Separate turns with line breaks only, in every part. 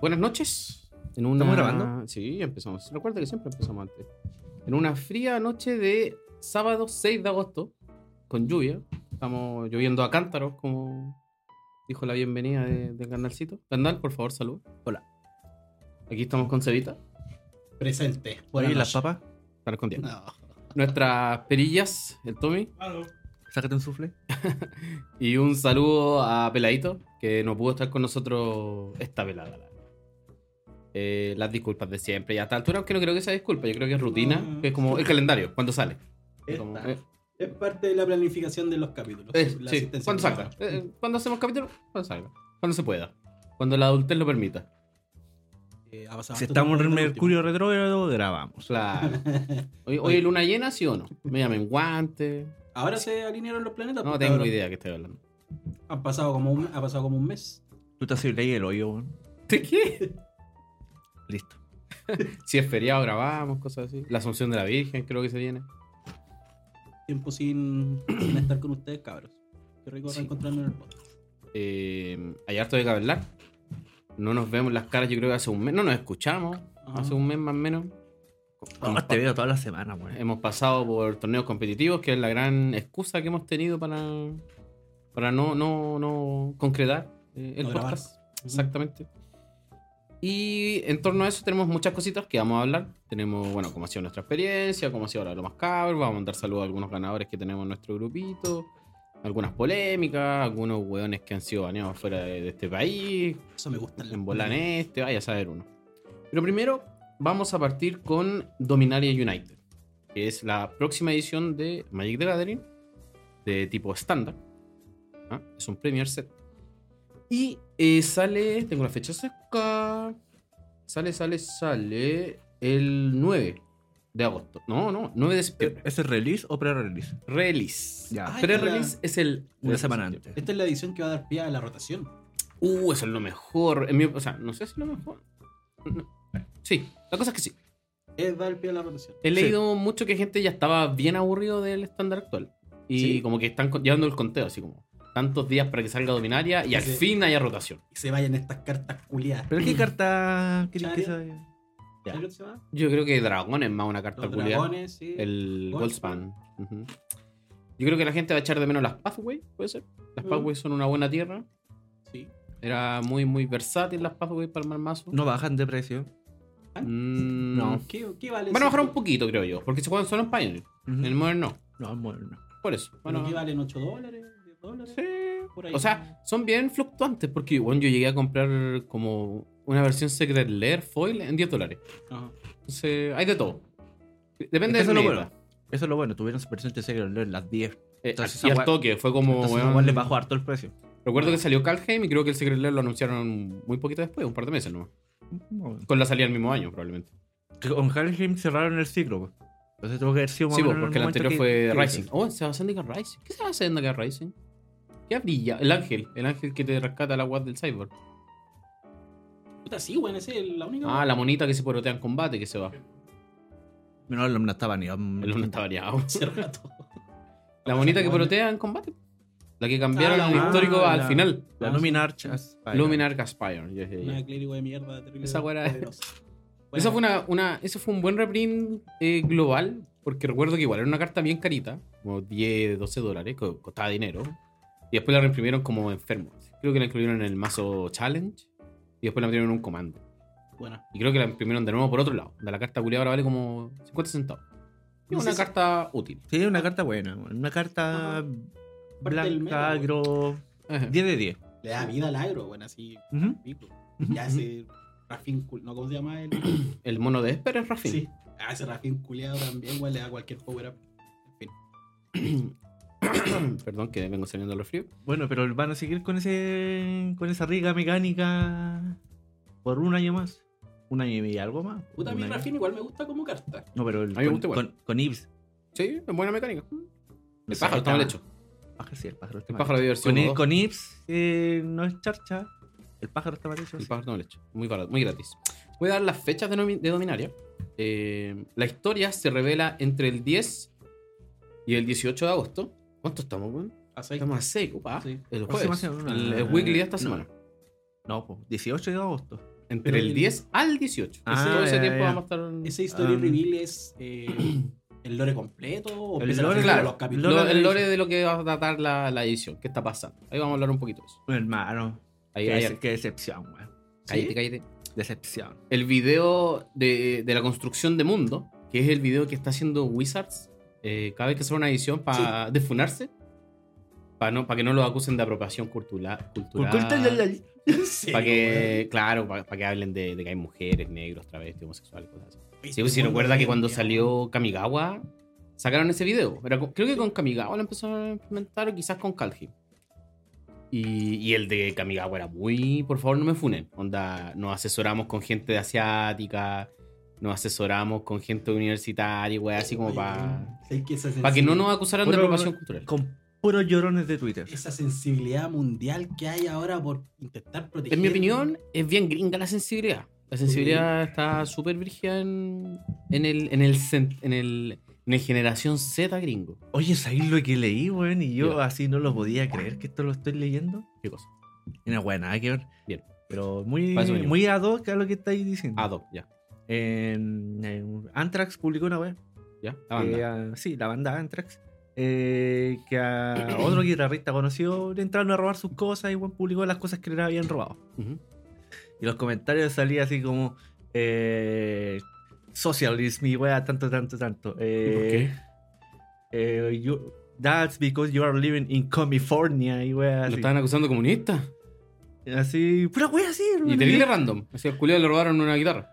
buenas noches. En una,
¿Estamos grabando?
Sí, empezamos. Recuerda que siempre empezamos antes. En una fría noche de sábado 6 de agosto, con lluvia. Estamos lloviendo a cántaros, como dijo la bienvenida de- del canalcito. Canal, por favor, salud. Hola. Aquí estamos con Cevita,
Presente.
Oye,
Buenas noches.
las papas,
para esconder.
No.
Nuestras perillas, el Tommy.
sácate un sufle.
Y un saludo a Peladito, que no pudo estar con nosotros esta velada. la verdad. Eh, las disculpas de siempre. Y a esta altura, aunque no creo que sea disculpa, yo creo que es rutina,
No.
que es como el calendario, cuando sale. Es como,
Esta
eh,
Es parte de la planificación de los capítulos.
eh,
La
sí,
asistencia
cuando
que
salga.
nos da.
Eh, cuando hacemos capítulo, cuando salga. Cuando se pueda. Cuando la adultez lo permita.
Eh, ha pasado bastante
Si estamos en
tiempo el
Mercurio retrógrado, grabamos.
Claro. Hoy, hoy es luna llena, ¿sí o no? Me llamen guante.
último. Ahora se alinearon los planetas.
No
pues,
tengo
cabrón.
idea que estoy hablando.
Han pasado como un, ha pasado como un mes.
Tú te haces ley el hoyo, weón.
¿De qué?
Listo.
Si es feriado, grabamos, cosas así. La Asunción de la Virgen, creo que se viene.
Tiempo sin, sin estar con ustedes, cabros. Qué rico
Sí.
reencontrarnos en el podcast.
eh, hay harto de que hablar. No nos vemos las caras, yo creo que hace un mes. No nos escuchamos.
Ajá. Ah,
Hace un mes más o menos.
No,
Ah,
te veo toda la semana, weón.
Hemos pasado por torneos competitivos, que es la gran excusa que hemos tenido para, para no, no, no concretar eh, el
No grabar.
podcast. Exactamente. Y en torno a eso tenemos muchas cositas que vamos a hablar. Tenemos, bueno, cómo ha sido nuestra experiencia, cómo ha sido ahora lo más cabro. Vamos a mandar saludos a algunos ganadores que tenemos en nuestro grupito. Algunas polémicas, algunos hueones que han sido baneados fuera de, de este país,
Eso me gusta.
en bola en este, vaya a saber uno. Pero primero vamos a partir con Dominaria United, que es la próxima edición de Magic the Gathering de tipo estándar. ¿Ah? Es un Premier Set. Y eh, sale, tengo la fecha cerca. Sale, sale, sale el 9 de agosto. No, no, 9 de septiembre.
¿E-, ¿Ese ¿Es release o pre-release?
Release.
Eh, Ya.
Ay,
Pre-release es el
Una
9 de
semana
septiembre.
antes.
Esta es la edición que va a dar pie a la rotación.
Uh, eso es lo mejor. En mi- o sea, no sé si es lo mejor. No. Sí, la cosa es que sí.
Es dar pie a la rotación.
He
Sí.
leído mucho que gente ya estaba bien aburrido del estándar actual. Y
Sí.
como que están con- llevando el conteo, así como tantos días para que salga Dominaria y al
Sí.
fin haya rotación.
Y se vayan estas cartas culiadas.
¿Pero qué carta querés que
Chario.
sea?
Ya.
¿Sabes qué se llama?
Yo creo que Dragón es más una carta
Los
culiada.
dragones, sí.
El
Goldspan.
Goldspan. Ujú. Yo creo que la gente va a echar de menos las Pathway, puede ser. Las
Mm.
Pathway son una buena tierra.
Sí.
Era muy, muy versátil las Pathway para armar mazo.
No bajan de precio.
Mm,
No.
¿Qué, qué vale?
Van a bajar
cinco-
un poquito, creo yo, porque se juegan solo en Pioneer. En el
Ujú.
Modern no.
No, bueno, no.
Por eso.
¿Pero
Bueno,
qué valen 8 dólares? ¿10 dólares?
sí.
Por ahí.
O sea, son bien fluctuantes porque bueno, yo llegué a comprar como una versión Secret Lair foil en 10 dólares.
Ajá.
Entonces, hay de todo. Depende
Es que
de
eso es lo
meta.
Eso es lo bueno. Tuvieron su versión de Secret Lair, las 10.
Eh,
Entonces,
y
esa
al
weá-
toque, fue como.
Entonces,
weón,
igual les bajó harto el precio.
recuerdo que salió Calheim y creo que el Secret Lair lo anunciaron muy poquito después, un par de meses nomás. Con la salida el mismo año, probablemente.
Que Con Hallheim cerraron el ciclo, pues. Entonces tuvo que haber sido más
Sí,
o
po,
menos en
porque el
momento
anterior
que-
fue
que-
Rising. Oh, se va a Zendikar Rising. ¿Qué se va a Zendikar Rising? ¿Qué brilla? El ángel, el ángel que te rescata la web del cyborg.
Puta, sí, weón, esa es la única.
Ah, la monita que se porotea en combate que se va.
No, el Omna estaba ni.
El hombre está variado.
Hace rato.
La bonita que
Bueno.
porotea en combate. La que cambiaron
Ah,
el
la-
histórico
ah,
al
la-
final.
La Luminar Chas.
Luminar Gaspire. yo dije,
Una
ya.
clérigo de mierda terrible.
Esa weá era-
poderosa.
Esa
Bueno,
fue una, una, eso fue un buen reprint eh, global. Porque recuerdo que igual era una carta bien carita. Como 10, 12 dólares. co- Costaba dinero. Y después la reimprimieron como enfermo. Creo que la incluyeron en el mazo Challenge. Y después la metieron en un comando.
Buena.
Y creo que la imprimieron de nuevo por otro lado. De la carta culiada ahora vale como 50 centavos. Y
No
es una
sé si-
carta útil.
Sí, una carta buena. Una carta
Ajá. del mero,
blanca,
weón.
agro. 10 de 10.
Le da vida al agro, bueno, así.
Ujú.
pico.
Ujú,
Ya ese Rafín. cul- ¿No cómo se llama él?
eh, El mono de Esper es Rafin.
Sí. Ah, ese Rafín culiado también, weón, le da cualquier power up. En fin.
Perdón que vengo saliendo de lo frío.
Bueno, pero van a seguir con ese con esa riga mecánica por un año más. Un año y medio, algo más.
Puta, a
Un
mí
año.
Rafín igual me gusta como carta.
No, pero el-
A mí me
con,
gusta igual.
con- con Ibs.
Sí, es buena mecánica.
No
El
sé,
pájaro está mal hecho.
El pájaro, sí, el pájaro está
El
Mm. mal
pájaro de
hecho. Con,
diversión.
I- con Ibs eh, no es charcha. El pájaro está mal hecho.
El
sí.
pájaro está mal hecho. Muy barato, muy gratis. Voy a dar las fechas de, nomi- de Dominaria. Eh, la historia se revela entre el 10 y el 18 de agosto. ¿Cuánto estamos, weón?
Así.
Estamos a 6, opa.
Sí.
El
Hace más
jueves.
de una-
El, el weekly de esta
no.
semana.
No, pues, 18 de agosto.
Entre
Pero
el
el-
10 al 18.
Ah,
todo ese
ya,
tiempo
ya.
vamos a estar.
¿Ese History
Ah.
Reveal es eh, el lore completo? O
El
empiezan a
lore,
hacer como
claro.
los capítulos.
Lo-
lore de
el
la
lore de lo que va a tratar la, la edición, qué está pasando. Ahí vamos a hablar un poquito de eso.
Hermano,
Ahí, ahí,
qué, qué decepción, weón.
cállate,
¿Sí?
cállate.
Decepción.
El video de, de la construcción de mundo, que es el video que está haciendo Wizards eh, cada vez que hace una edición para defunarse, para no, para que no lo acusen de apropiación cultura- cultural.
¿En serio,
Para
weón?
que, claro, para, que hablen de, de que hay mujeres, negros, travestis, homosexuales, cosas así. Sí, pues, si
Este
recuerda
mundo
que
es
cuando
mierda.
salió Kamigawa, sacaron ese video. Era con- creo que con Kamigawa lo empezaron a implementar, o quizás con Kalji. Y, y el de Kamigawa era muy. Por favor, no me funen. Onda, nos asesoramos con gente de asiática, nos asesoramos con gente universitaria, güey, así como
Oye,
para.
weón, sé que esa
Para que no
sensibilidad-
nos acusaran de
Puro-
apropiación cultural.
Con puros llorones de Twitter.
Esa sensibilidad mundial que hay ahora por intentar proteger.
En mi opinión, es bien gringa la sensibilidad. La sensibilidad está súper virgen en, en el, en, el, cen- en, el, en el generación Z gringo.
Oye, ¿sabéis lo que leí, weón? Y yo
Ya.
así no lo podía creer que esto lo estoy leyendo.
¿Qué cosa?
Y no, weón, nada que ver.
Bien.
Pero muy,
Para eso venimos.
muy ad hoc a lo que estáis diciendo.
Ad hoc, ya.
En, en Anthrax publicó una web.
Ya, la banda.
sí, la banda Anthrax. eh, que a otro guitarrista conocido le entraron a robar sus cosas y weón, publicó las cosas que le habían robado.
Ujú.
Y los comentarios salían así como: eh, Socialism y weá, tanto, tanto, tanto. Eh, eh, you- that's because you are living in California y wea
Lo
así.
estaban acusando de comunista.
Así, pura wea así.
Y terrible random. O sea, el culiao le robaron una guitarra.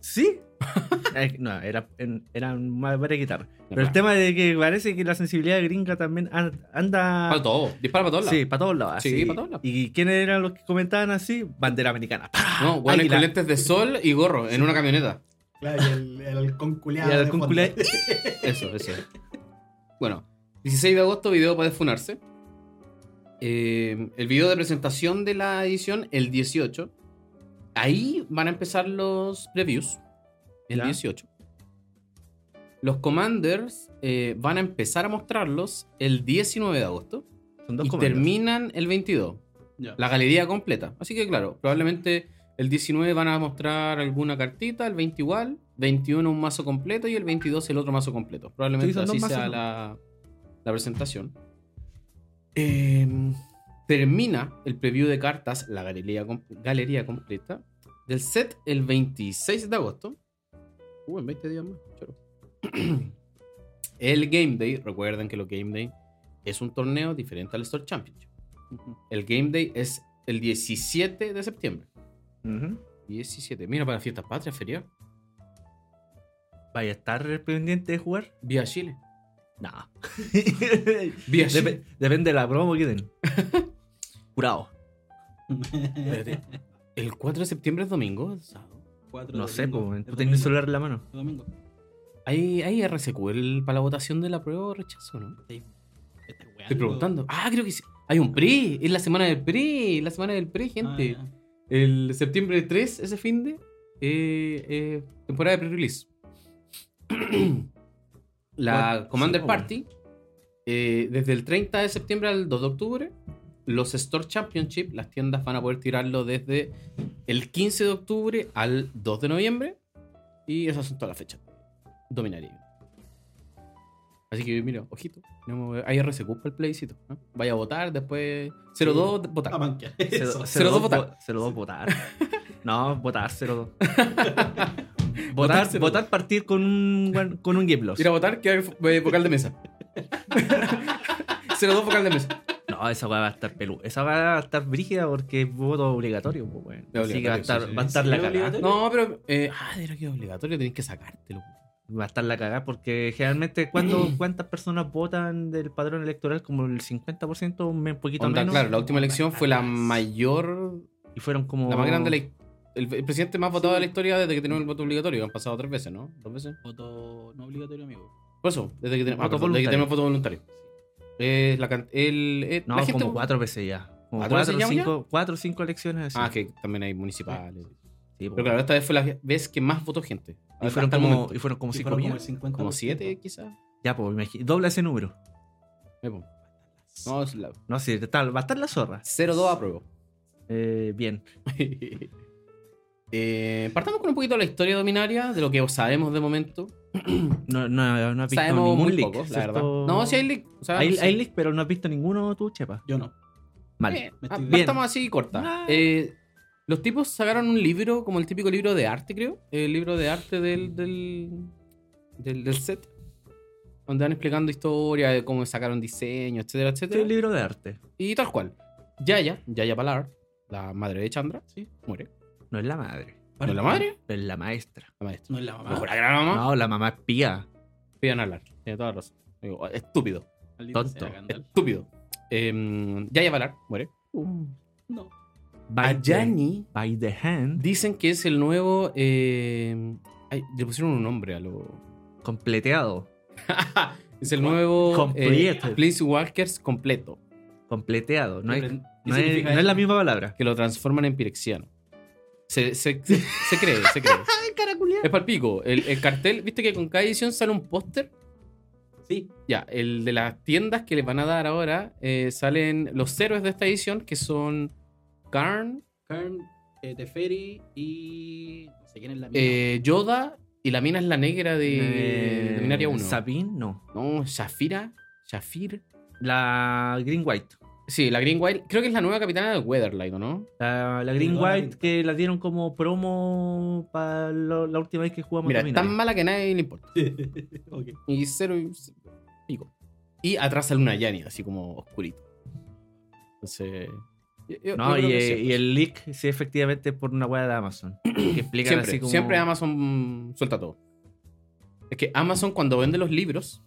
Sí. Eh, no, era, en- eran más varias guitarras. Pero
Ya,
el tema de que parece que la sensibilidad gringa también an- anda.
Para todo. Dispara para todos lados.
Sí, para todos lados.
Sí,
así.
pa' todos lados.
¿Y quiénes eran los que comentaban así? Bandera americana. ¡Pah!
No, hueones
Águila.
con lentes de sol y gorro en una camioneta.
Claro, y el, el conculeado.
Y al
de fondo.
concule-
Eso, eso. Bueno, 16 de agosto, video para defunarse. Eh, el video de presentación de la edición, el 18. Ahí van a empezar los previews. El
Ya.
18. Los commanders eh, van a empezar a mostrarlos el 19 de agosto.
Son dos
Y
comandos.
terminan el 22.
Ya.
la galería completa. Así que claro, probablemente el 19 van a mostrar alguna cartita, el 20 igual, 21 un mazo completo y el 22 el otro mazo completo. Probablemente
Sí, son
así
dos mazos,
sea
¿no?
la, la presentación. Eh, termina el preview de cartas, la galería, com- galería completa, del set el 26 de agosto. Uh, en 20 días más, choro. El Game Day, recuerden que los Game Day es un torneo diferente al Store Championship.
Ujú.
El Game Day es el 17 de septiembre.
Ujú.
17. Mira para fiestas patrias, feriado.
¿Vaya a estar pendiente de jugar?
Vía Chile.
No.
Vía Chile.
Dep- depende de la promo que den. Curado.
Espérate. El 4 de septiembre es domingo. es sábado.
Cuatro
No
de
sé,
domingo.
pues,
Es
tú tenés el
domingo.
celular en la mano.
Es domingo.
¿Hay, hay RSQ el- para la votación de la prueba o rechazo, no?
Estás
Estoy
weando.
preguntando. Ah, creo que sí. Hay un PRI. Es la semana del PRI. La semana del PRI,
Ah,
gente.
ya.
El septiembre 3, ese fin de. eh, eh, temporada de pre-release. la
Bueno,
Commander
sí, bueno.
Party, eh, desde el 30 de septiembre al 2 de octubre, los Store Championship, las tiendas van a poder tirarlo desde el 15 de octubre al 2 de noviembre. Y esas son todas las fechas. Dominaría. Así que, mira, ojito. no me voy- Hay RSQ para el plebiscito. ¿no? Vaya a votar, después 02, votar.
Ah, manquea.
Se
Eso.
Se
lo- se
lo
lo
dos
dos
votar.
vo- se lo dos votar. No, votar, se lo dos. Votar,
se lo
votar partir con un, buen- con un game loss.
Ir a votar, que hay eh, vocal de mesa. 02 vocal de mesa.
No, esa weá va a estar pelu. Esa weá va a estar brígida porque es voto obligatorio, pues, weón.
Es
Así que va
obligatorio,
a estar,
sí, sí.
va a estar
¿Sí
la
es
cagada.
obligatorio?
No, pero. eh, ah, era que es obligatorio, tenés que sacártelo.
Va a estar la cagada porque generalmente cuando cuántas personas votan del padrón electoral como el 50%, un poquito
Onda,
menos.
claro, la última elección fue la mayor.
Y fueron como
La más grande. la- el, el presidente más votado
Sí.
de la historia desde que tenemos el voto obligatorio. Han pasado tres veces, ¿no? ¿Dos veces?
Voto no obligatorio, amigo.
Por eso, desde que tenemos, ah,
Voto
perdón, desde que
voluntario.
tenemos voto voluntario. Es la can- el, eh,
No,
la gente-
como cuatro veces ya. Como
¿Cuatro veces
cuatro,
ya,
cinco, cuatro o cinco elecciones así.
Ah, que también hay municipales.
Sí, pues,
Pero claro, esta vez fue la vez que más votó gente.
y, fueron
Hasta el
como,
momento.
y fueron como
Y
cinco
fueron como
millones.
el 50%.
como siete, quizás.
Ya, pues, imagi- dobla ese número.
Eh, po. No, es la-
No, sí, tal, va a estar la zorra.
02 apruebo.
Eh, bien.
Eh, partamos con un poquito de la historia dominaria, de lo que sabemos de momento.
No, no, no has visto
Sabemos
ningún
muy
leak.
poco, la
¿cierto?
verdad. No, si hay leak. O sea,
Hay,
sí.
hay leak, pero no has visto ninguno tú, Chepa.
Yo no.
Mal.
Eh,
me
ah,
estoy-
partamos así corta.
Ah.
Eh, los tipos sacaron un libro, como el típico libro de arte, creo. El libro de arte del, del, del, del set. Donde van explicando historia, de cómo sacaron diseño, etcétera,
Este es
etcétera.
un libro de arte.
Y tal cual. Yaya, Yaya Palar, la madre de Chandra, sí, muere.
No es la madre.
¿No es la madre?
Es la maestra.
La maestra.
No es la mamá.
Mejor era la mamá.
No, la mamá es pía.
Pidan hablar. Tiene toda la razón. Digo, estúpido.
Maldita sea,
tonto.
Gandalf.
Estúpido. Eh, Yaya Palar muere.
No.
A
By, the,
Yanni
by the hand.
dicen que es el nuevo. eh, ay, le pusieron un nombre a lo.
Completeado.
es el nuevo. eh,
Completo.
Prince Walkers completo.
Completeado. No,
¿Qué
hay-
pre- qué
no es,
significa
no es
eso?
la misma palabra.
Que lo transforman en pirexiano. Se, se, se- se cree, se cree. Es palpico. El, el cartel, viste que con cada edición sale un póster.
Sí.
Ya, el de las tiendas que les van a dar ahora eh, salen los héroes de esta edición que son Karn,
Karn, eh, Teferi y. No sé quién es la mina.
eh, Yoda y la mina es la negra de
Eh,
Dominaria 1.
Sabine, no.
no, Shafira, Shafir.
La Green White.
Sí, la Green Wild, creo que es la nueva capitana de Weatherlight, ¿o ¿no?
La, la Green
Perdón, la
White
pinta.
que la dieron como promo para lo- la última vez que jugamos
Mira,
Dominaria.
tan mala que a nadie le importa.
Ok.
Y cero y c- pico. Y atrás sale una Yanni, así como oscurito. Entonces. yo- yo- yo
No,
creo
y,
que es
eh,
cierto.
y el leak sí efectivamente es por una wea de Amazon. Que explican
Siempre,
así como...
siempre Amazon suelta todo. Es que Amazon cuando vende los libros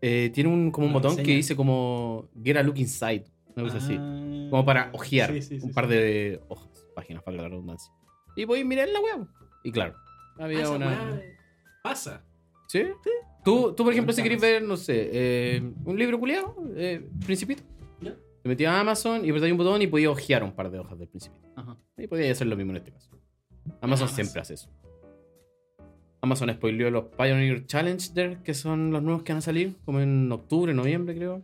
eh, tiene un, como un
Una
botón que
reseña.
dice como Get a look inside, una cosa así.
Ah,
Como para ojear
sí, sí, sí,
un par
sí.
de hojas, páginas para la redundancia. Y voy a mirar la web. Y claro,
Ah,
había
esa
una...
weá Pasa.
¿Sí? Tú, tú, por ejemplo, si
Amazon.
querés ver, no sé, eh, un libro culiado, eh, Principito,
Ya.
te metías a Amazon y apretabas un botón y podías ojear un par de hojas del Principito.
Ajá.
Y podría hacer lo mismo en este caso. Amazon
Amazon.
siempre hace eso. Amazon spoileó los Pioneer Challenger, que son los nuevos que van a salir, como en octubre, noviembre, creo.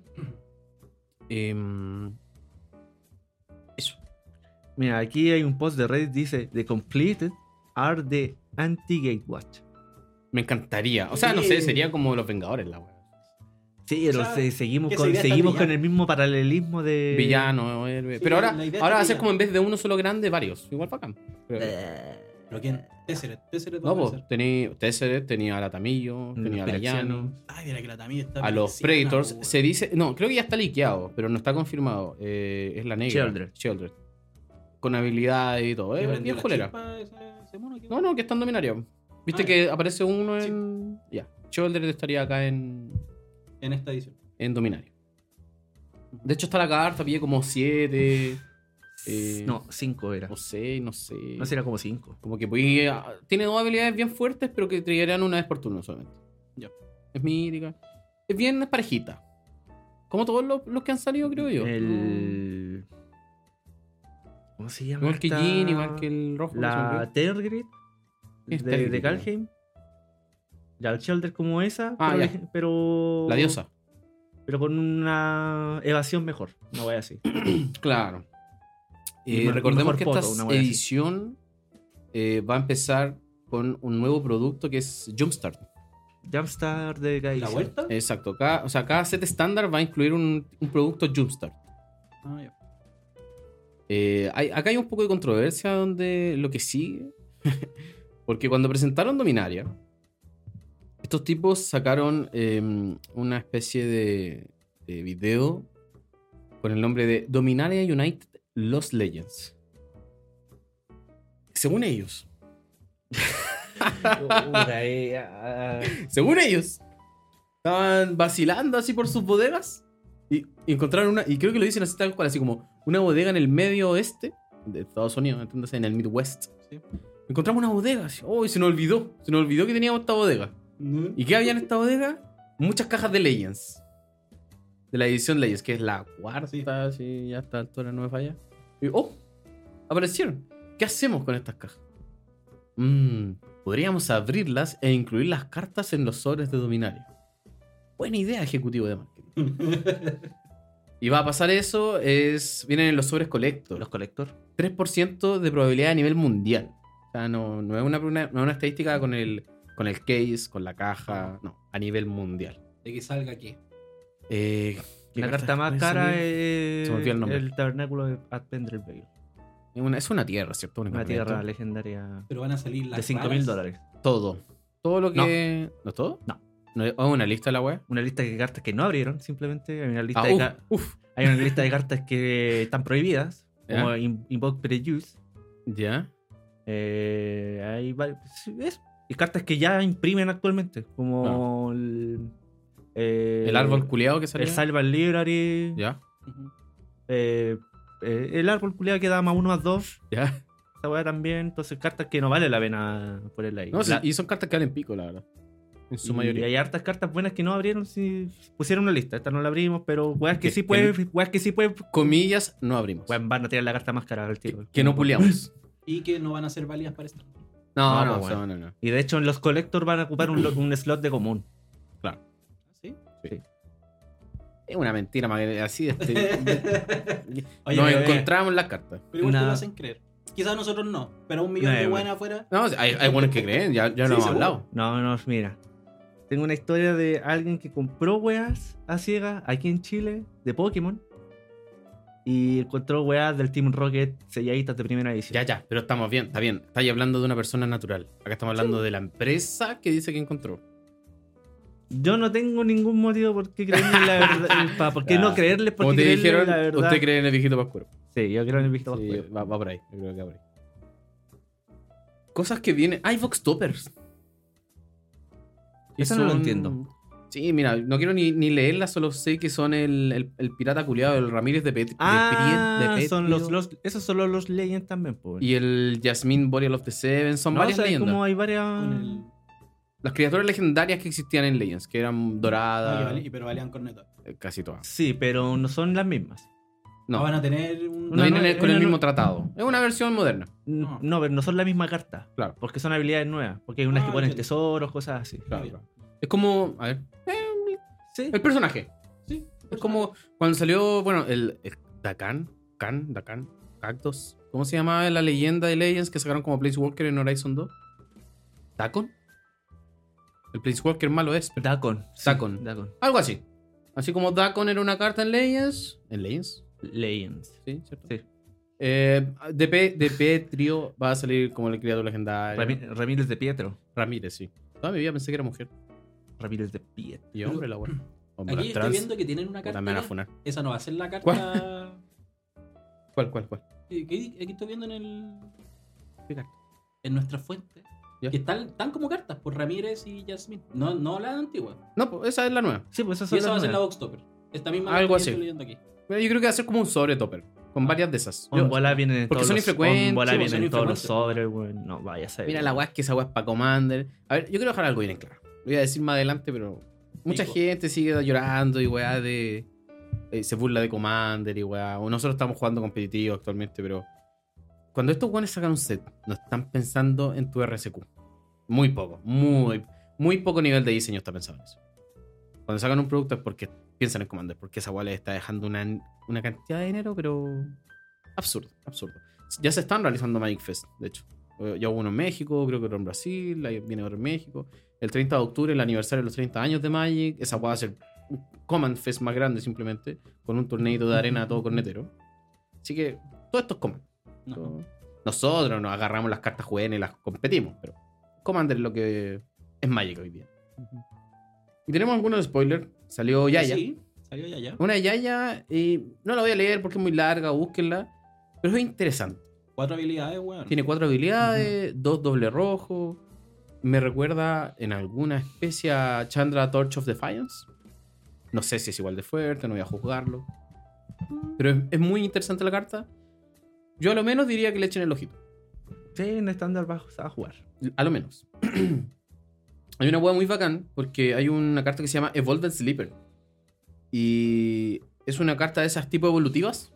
Em,
Mira, aquí hay un post de Reddit dice The completed are the anti-gatewatch.
me encantaría. O sea, no sé, sería como los Vengadores, la wea.
Sí, pero
O sea,
se- seguimos,
que
con,
esa idea está
seguimos
pillada.
con el mismo paralelismo de...
Villano, héroe.
sí,
Pero ahora,
la idea
ahora va a
está
ser
pillada.
como en vez de uno solo grande, varios. Igual bacán. creo
Eh,
yo.
¿Pero quién? Tesseret. Tesseret va
No,
a
pues
aparecer.
tenía Tesseret, tenía a Latamillo,
Mm,
tenía a Layano,
Ay, mira que la Tami está.
a los
persiana,
Predators.
po,
Se dice. No, creo que ya está liqueado, pero no está confirmado. Eh, es la negra.
Childred.
Childred. Con habilidades y todo.
weón.
Eh,
¿Le
bien
prendió la
jolera.
chispa ese- ese mono que-
No, no, que está en Dominaria. Viste
Ah,
que aparece uno
Sí.
en. Ya. Childred estaría acá en,
En esta edición.
en Dominaria. De hecho, está la carta, pide como 7 Eh,
No, cinco era.
o 6, no sé.
No, si era como cinco.
Como que podí- tiene dos habilidades bien fuertes, pero que triggeran una vez por turno solamente.
Ya.
Es mítica. Es bien parejita. Como todos los, los que han salido, creo yo.
El... ¿Cómo se
Mm.
llama?
Igual que
esta?
Jin, igual que el rojo. no sé, creo.
La Tergrid
¿Qué es
de,
Tergrid,
de Kalheim. La Shelter como esa,
Ah,
pero,
ya.
pero-
La diosa.
Pero con una evasión mejor. No voy a decir.
Claro.
Y
Eh,
mejor-
recordemos
mejor
que
poto,
esta
una wea así.
edición eh, va a empezar con un nuevo producto que es Jumpstart.
Jumpstart de Gaia.
¿La vuelta?
Exacto. Cada, o sea, cada set estándar va a incluir un, un producto Jumpstart.
Ah, ya.
Eh, hay- acá hay un poco de controversia donde lo que sigue. Porque cuando presentaron Dominaria, estos tipos sacaron eh, una especie de, de video con el nombre de Dominaria United Lost Legends. Según ellos.
Puta, eh, ah,
Según ellos. Estaban vacilando así por sus bodegas. Y, y encontraron una. Y creo que lo dicen así tal cual, así como una bodega en el medio oeste de Estados Unidos, entonces en el Midwest.
Sí.
Encontramos una bodega. Así, oh, y se nos olvidó. Se nos olvidó que teníamos esta bodega. ¿Y qué había en esta bodega? Muchas cajas de Legends. De la edición Legends, que es la cuarta, si ya está altura no me falla. Y, oh, aparecieron. ¿Qué hacemos con estas cajas? Mmm, podríamos abrirlas e incluir las cartas en los sobres de Dominaria. Buena idea, ejecutivo de marketing. Y va a pasar eso, es vienen en los sobres colectos.
Los colector.
3% de probabilidad a nivel mundial. O sea, no, no es una, una- no es una estadística con el, con el case, con la caja, no, a nivel mundial.
De que salga aquí.
Eh, ¿qué
La carta
cartas
más
pueden
cara
salir?
es
Se me olvidó el nombre.
tabernáculo de Adventure Vale.
Es una, es una tierra, ¿cierto? Un
Una
encantamento.
tierra legendaria
Pero van a salir las
de 5 mil
raras.
dólares.
Todo. Todo lo
No.
que. ¿No es todo?
No.
¿No es oh, una lista de la web?
Una lista de cartas que no abrieron, simplemente. Hay una lista,
Ah,
de,
uf,
ca-
uf.
hay una lista de cartas que están prohibidas,
Ya.
como In- Invoke Prejuice.
Ya.
Eh, hay varios- sí, es- y cartas que ya imprimen actualmente, como el, eh,
El árbol culiado que salió.
el Salva Library.
Ya.
Ujú.
eh, eh, el árbol culiado que da más uno más dos.
Ya.
Esa weá también. Entonces, cartas que no vale la pena ponerla ahí.
No, sí,
La-
y son cartas que valen pico, la verdad. En su
y
mayoría.
hay hartas cartas buenas que no abrieron si pusieron una lista. Esta no la abrimos, pero weas que
Que-
sí
que-
pueden. Weas que sí pueden.
Comillas, no abrimos.
Weas van a tirar la carta más cara al
que,
tiro.
que no puleamos.
Y que no van a ser válidas para esto.
No,
No,
no,
pues,
o sea, no, no.
Y de hecho, en los collector van a ocupar un, lo- un slot de común.
¿Sí?
Es una mentira, madre, así de este. de-
Oye,
Nos
pero,
encontramos las cartas.
pero igual te
Una-
lo hacen creer. Quizás nosotros no, pero un millón
No,
de
güey.
buenas afuera.
No, o sea, hay, hay buenos que creen, ya, ya
Sí,
lo hemos
seguro.
hablado.
No, no, mira. Tengo una historia de alguien que compró weas a ciegas aquí en Chile de Pokémon. Y encontró weas del Team Rocket selladitas de primera edición.
Ya, ya, pero estamos bien, está bien. Estáis hablando de una persona natural. Acá estamos hablando de la empresa que dice que encontró.
Yo no tengo ningún motivo por qué creerle en la verdad. pa- ¿Por qué
Ya.
no creerle?
Como te
Porque creerle en
dijeron,
la verdad.
usted cree en el viejito pascuero.
Sí, yo creo en el visto
Sí,
Pascuero.
va, va por ahí, yo creo que va por ahí. Cosas que vienen. ¡Hay Vox Toppers!
Eso no lo entiendo.
Sí, mira, no quiero ni, ni leerlas, solo sé que son el, el- el pirata culiado, el Ramírez de Petri. de Pri- de
Ah,
Petrio,
son los, los, esos son los, los Legends también, pues.
Y el Jasmine Boreal of the Seven, son
No,
varias
o sea,
leyendas.
como hay varias.
Con el...
Las criaturas legendarias que existían en Legends, que eran
Oye,
doradas,
Ah, vale, pero valían cornetas.
eh, casi todas.
Sí, pero no son las mismas.
No.
No,
van
no,
a tener un...
no,
vienen
no,
el- con
no,
el
no.
mismo tratado. Es una versión moderna.
N-
No.
No, pero no son la misma carta.
Claro.
Porque son habilidades nuevas. Porque hay unas
Ah,
que ponen
entiendo.
tesoros, cosas así.
Claro,
bien.
claro. Es como. A ver.
Sí.
El personaje.
Sí,
Es como cuando salió, bueno, el, el Dakan, Kan, Dakan, Cactus. ¿Cómo se llamaba la leyenda de Legends que sacaron como Place Walker en Horizon 2? ¿Dacon? El Place Walker malo es. pero-
Dacon. sí,
Dacon.
Dacon.
Algo así. Así como Dacon era una carta en Legends. ¿En Legends?
Legends.
Sí, ¿cierto?
Sí.
Eh, de, Pe- de Petrio va a salir como el criado legendario.
Rami- Ramírez de Pietro.
Ramírez, sí. Toda mi vida pensé que era mujer.
Ramírez de Pietro.
Y hombre, la wea. Hombre,
Aquí
las
estoy
trans.
viendo que tienen una
puta,
carta.
me van a funar.
Esa no va a ser la carta.
¿Cuál, cuál, cuál?
que- que- Aquí estoy viendo en el.
¿Qué carta?
En nuestra fuente.
Ya.
Que están, están como cartas por Ramírez y Jasmine. No, no la antigua.
No, pues esa es la nueva.
Sí, pues esas
Y
son
esa va a
las
ser la
nuevas.
Boxtopper. Esta misma
Algo
que
así.
estoy leyendo aquí.
Mira, yo creo que va a ser como un sobre topper. Con varias de esas. Yo-
On bola vienen en
Porque
todos
son
los-
infrecuentes,
On bola
sí,
vienen
son
en todos los
infrecuentes.
sobres, weón. No, vaya a ser.
mira la weá es que esa weá es para Commander. A ver, yo quiero dejar algo bien en claro. Lo voy a decir más adelante, pero mucha
Pico.
gente sigue llorando y weá de. eh, se burla de Commander y weá. O nosotros estamos jugando competitivo actualmente, pero. Cuando estos weones sacan un set, no están pensando en tu RSQ. Muy poco, muy, muy poco nivel de diseño está pensando en eso. Cuando sacan un producto es porque piensan en Commander, porque esa weá les está dejando una, una cantidad de dinero, pero. Absurdo, absurdo. Ya se están realizando Magic Fest, de hecho. Eh, Ya hubo uno en México, creo que otro en Brasil, ahí viene otro en México. El 30 de octubre, el aniversario de los 30 años de Magic. Esa puede ser un Command Fest más grande simplemente, con un torneito de arena todo cornetero. Así que todo esto es Command.
No.
Nosotros nos agarramos las cartas juveniles y las competimos, pero Commander es lo que es Magic hoy día. Y tenemos algunos spoilers. Salió Yaya.
Sí, salió Yaya.
Una Yaya, y no la voy a leer porque es muy larga, búsquenla. Pero es interesante.
Cuatro habilidades, weón.
Tiene cuatro habilidades, dos doble rojo. Me recuerda en alguna especie a Chandra Torch of Defiance. No sé si es igual de fuerte, no voy a juzgarlo. Pero es, es muy interesante la carta. Yo a lo menos diría que le echen el ojito.
Sí, en estándar bajo se va a jugar.
A lo menos. hay una hueá muy bacán porque hay una carta que se llama Evolved Sleeper. Y es una carta de esas tipo evolutivas.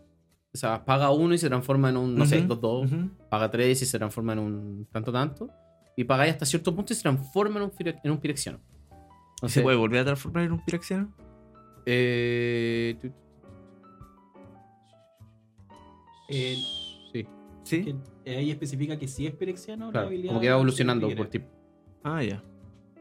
O sea, paga uno y se transforma en un, no sé,
Ujú,
2-2
ujú.
paga 3 y se transforma en un tanto tanto. Y pagáis hasta cierto punto y se transforma en un, fire- en un pirexiano.
¿Se
Entonces,
puede volver a transformar en un pirexiano?
eh, tu-
Eh,
sí.
¿Sí?
Que eh, ahí especifica que si es pirexiano, la
Claro,
habilidad.
como que va evolucionando
se
por
requiere.
tipo.
Ah, ya.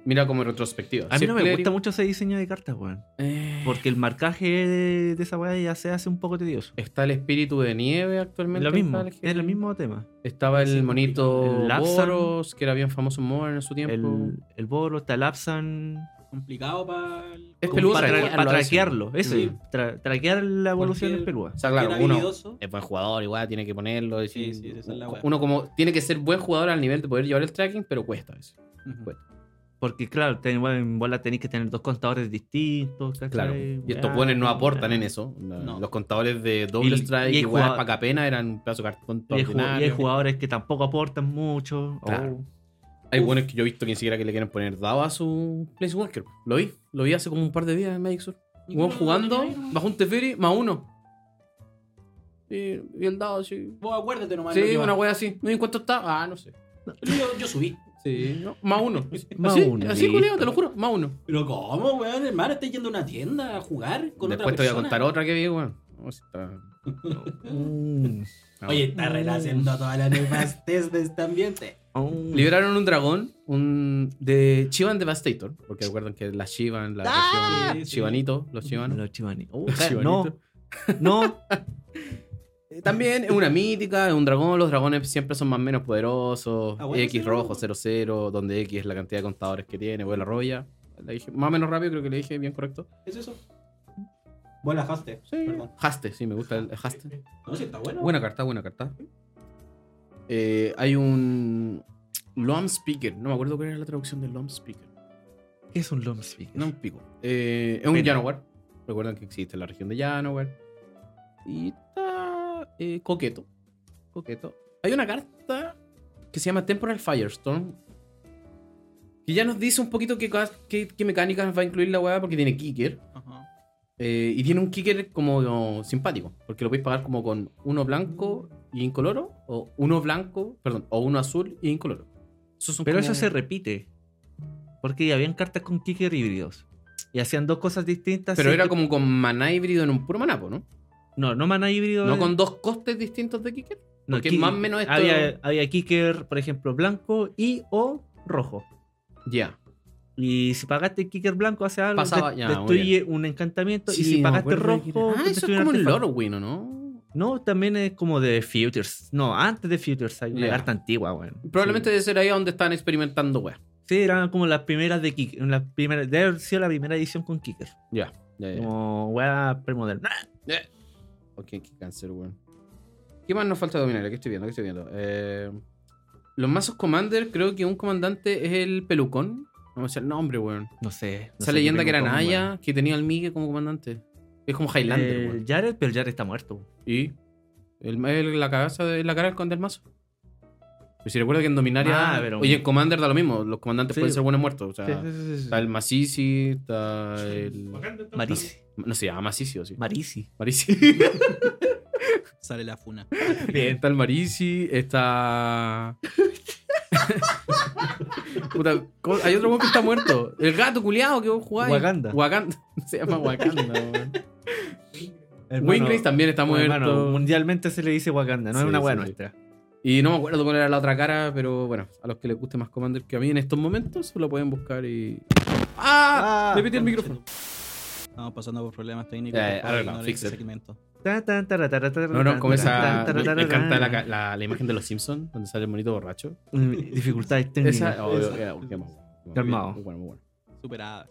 Mira como en retrospectiva.
A
Si
mí no
es
me
clérigo-
gusta mucho ese diseño de cartas, weón.
Eh,
Porque el marcaje de, de esa weá ya se hace un poco tedioso.
Está el espíritu de nieve actualmente.
Lo mismo,
está
es el mismo tema.
Estaba
Sí,
el monito
el Lapsang.
Boros, que era bien famoso en Modern en su tiempo.
El, el Boro, está el Absan.
Complicado para el.
Es
juego.
peludo,
Para, tra-
traquearlo
para
a veces.
traquearlo, eso.
Sí.
tra- traquear la evolución del
Cualquier-
pelúa.
O sea,
Cualquier
claro, uno Eh,
habilidoso.
es buen jugador, igual tiene que ponerlo. decir-
Sí, sí, esa es la weá.
uno como tiene que ser buen jugador al nivel de poder llevar el tracking, pero cuesta eso.
Ujú.
Bueno,
Porque, claro, ten- bueno, en bola tenéis que tener dos contadores distintos. ¿cachai?
Claro. Y estos
Ah,
buenos no aportan
ah.
en eso. La-
No.
Los contadores de double
Y-
strike y,
y hay
weas
jugado-
pa' capena eran un pedazo de cartón
Y hay, ju- y hay
ordinario.
jugadores que tampoco aportan mucho.
Claro.
Oh.
Hay
Uf.
buenos que yo he visto que ni siquiera que le quieren poner dado a su Place Walker. Lo vi, lo vi hace como un par de días en Magic Sur.
¿Y
Weón
cómo
jugando,
tenía ahí?
bajo un Teferi, más uno. Y, y el dado así.
Vos acuérdate nomás. lo
Sí,
que va.
una wea así. No, ¿y cuánto está? Ah, no sé.
Yo, yo subí.
Sí, no, más uno.
Más
así,
uno,
Así, culiao,
listo.
te lo juro, más uno.
Pero ¿cómo, weón? Hermano, estás yendo a una tienda a jugar con
Después
otra persona.
te voy a contar otra que vi, weón. No, si está-
Mm.
no.
Oye, está renaciendo toda la nefastez de este ambiente.
Oh.
Liberaron un dragón un de Chivan Devastator, porque recuerdan que la Chivan, la
¡Ah!
región
Sí, sí.
Chivanito, los Chivanos.
Los chivani. Oh,
Los
ca- no,
chivanitos.
no.
Eh, También es una mítica, es un dragón. Los dragones siempre son más o menos poderosos.
Ah, bueno,
X
sí.
rojo, 00, donde X es la cantidad de contadores que tiene, vuela roya. La dije más o menos rápido, creo que le dije bien correcto.
¿Es eso? Vos la jaste.
Sí,
Perdón.
Haste, sí, me gusta el Haste.
No, sí, está bueno.
Buena carta, buena carta. Eh, hay un Loam Speaker, no me acuerdo cuál era la traducción de Loam Speaker.
¿Qué es un long speaker?
No un pico. Eh, es un
Pena.
Janowar. Recuerden que existe en la región de Janowar. Y está eh, coqueto. Coqueto. Hay una carta que se llama Temporal Firestorm. Que ya nos dice un poquito qué, cas- qué- qué mecánicas va a incluir la weá porque tiene kicker.
Ajá. Este
Eh, y tiene un kicker como no, simpático. Porque lo podéis pagar como con uno blanco y incoloro. O uno blanco, perdón, o uno azul y incoloro. Esos son
Pero
como-
eso se repite. Porque ya habían cartas con kicker híbridos. Y hacían dos cosas distintas.
Pero
sí,
era
que-
como con maná híbrido en un puro maná, po, ¿no?
No, no mana híbrido.
No
eh,
con dos costes distintos de Kicker.
no,
porque
ki-
más o menos esto-
Había, había kicker, por ejemplo, blanco y o rojo.
Ya.
Y si pagaste kicker blanco, hace algo.
Pasaba-
de-
ya, muy
destruye un encantamiento. y
Sí,
si
no me
pagaste
acuerdo de quién era.
rojo.
Ah, eso
destruye
es
un
como el
Oh, artefacto.
Loro Wino, ¿no?
No, también es como de Futures. No, antes de Futures hay una
Ya.
carta antigua, weón.
Probablemente
Sí.
debe ser ahí donde están experimentando, weá.
Sí, eran como las primeras de Kicker. Las primeras, debe haber sido la primera edición con Kicker.
Ya. ya, ya.
Como weá premoderna.
Ok, qué cáncer, weón. ¿Qué más nos falta dominar? ¿Qué estoy viendo? ¿Qué estoy viendo? Eh, los mazos Commander, creo que un comandante es el Pelucón. No me sé el nombre, weón.
No sé. no
Esa
sé
leyenda
qué
que era
tengo con,
Naya,
weón.
que tenía al Migue como comandante. Es como Highlander,
Eh,
weón.
Jared, pero Jared está muerto.
Y el, el- la, cabeza de, la cara del conde del mazo. Pues si recuerda que en Dominaria.
Ah, pero-
Oye, en Commander da lo mismo. Los comandantes
Sí.
pueden ser buenos muertos. O sea,
Sí, sí, sí, sí, sí.
está el Masisi, está el.
Marisi.
No se llama Masisi o sí.
Marisi.
Marisi.
Sale la funa.
está el Marisi, está. Puta, ¿cómo- hay otro weón que está muerto. El gato culiado que vos jugáis.
Wakanda.
Wakanda. Se llama Wakanda, weón.
Hermano,
Wingrace también está muerto.
hermano, mundialmente se le dice Wakanda, no
Sí,
es una weá
sí, sí.
nuestra.
Y no me acuerdo cuál era la otra cara, pero bueno, a los que les guste más Commander que a mí en estos momentos lo pueden buscar y. ¡Ah!
Ah,
Le metí el micrófono.
Estamos pasando por problemas técnicos.
Ya,
por
ya,
favor,
arreglado,
ignoren
fix
este
it.
segmento.
Ta, ta, tara, tara, tara,
No, no, como esa.
tara,
Me
tara,
me encanta la,
tara,
ca- la- la imagen de los Simpsons, donde sale el monito borracho.
Mm, Dificultades técnicas.
Esa. oh,
esa.
ya, qué más, qué más.
Calmado.
Muy bueno, muy bueno.
Superadas.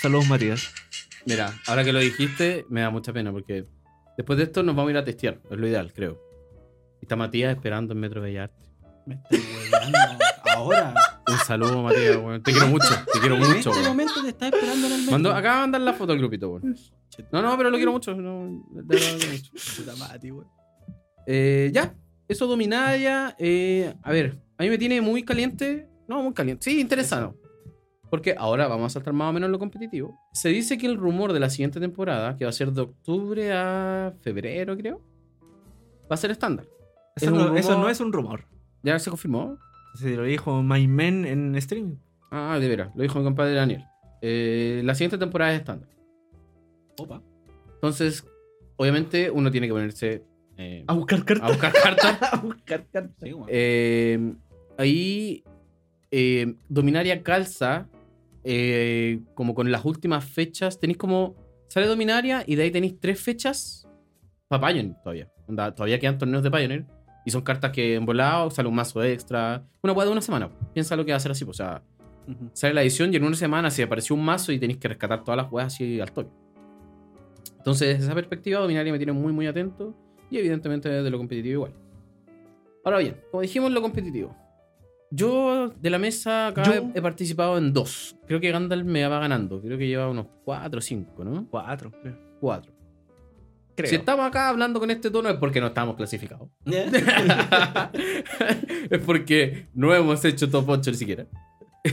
Saludos, Matías.
Mira, ahora que lo dijiste, me da mucha pena porque después de esto nos vamos a ir a testear. Es lo ideal, creo. Y Está Matías esperando en Metro Bellarte.
Me estoy hueveando. Ahora.
Un saludo, Matías, weón. Te quiero mucho, te quiero
En
mucho,
este
weón.
momento te está esperando en el metro.
Mandó, acaba de mandar la foto al grupito, weón. No, no, pero lo quiero mucho. No, de verdad lo quiero mucho.
Puta Mati, weón.
Eh, ya, eso Dominaria. eh, a ver, a mí me tiene muy caliente. No, muy caliente. Sí, interesado. Porque ahora vamos a saltar más o menos lo competitivo. Se dice que el rumor de la siguiente temporada, que va a ser de octubre a febrero, creo, va a ser estándar.
Eso,
Es un
no,
rumor.
eso no es un rumor.
¿Ya se confirmó?
Se lo dijo My Men en streaming.
Ah, de veras, lo dijo mi compadre Daniel. Eh, la siguiente temporada es estándar.
Opa.
Entonces, obviamente uno tiene que ponerse eh,
A buscar
a
cartas.
buscar cartas.
A buscar cartas.
Sí, bueno.
Eh, ahí eh, Dominaria calza eh, como con las últimas fechas. Tenéis como. Sale Dominaria y de ahí tenéis tres fechas para Pioneer todavía. Onda, todavía quedan torneos de Pioneer. Y son cartas que en volado sale un mazo extra. Una hueá de una semana. pues. Piensa lo que va a ser así. po. O sea,
Ujú.
sale la edición y en una semana se apareció un mazo y tenéis que rescatar todas las hueás así al toque. Entonces, desde esa perspectiva, Dominaria me tiene muy, muy atento y evidentemente de lo competitivo igual. Ahora bien, como dijimos, lo competitivo. Yo de la mesa acá
Yo-
he, he participado en dos. Creo que Gandalf me va ganando. Creo que lleva unos cuatro o cinco, ¿no?
Cuatro, creo.
Cuatro.
Creo.
Si estamos acá hablando con este tono es porque no estamos clasificados. Eh. es porque no hemos hecho top 8 ni siquiera.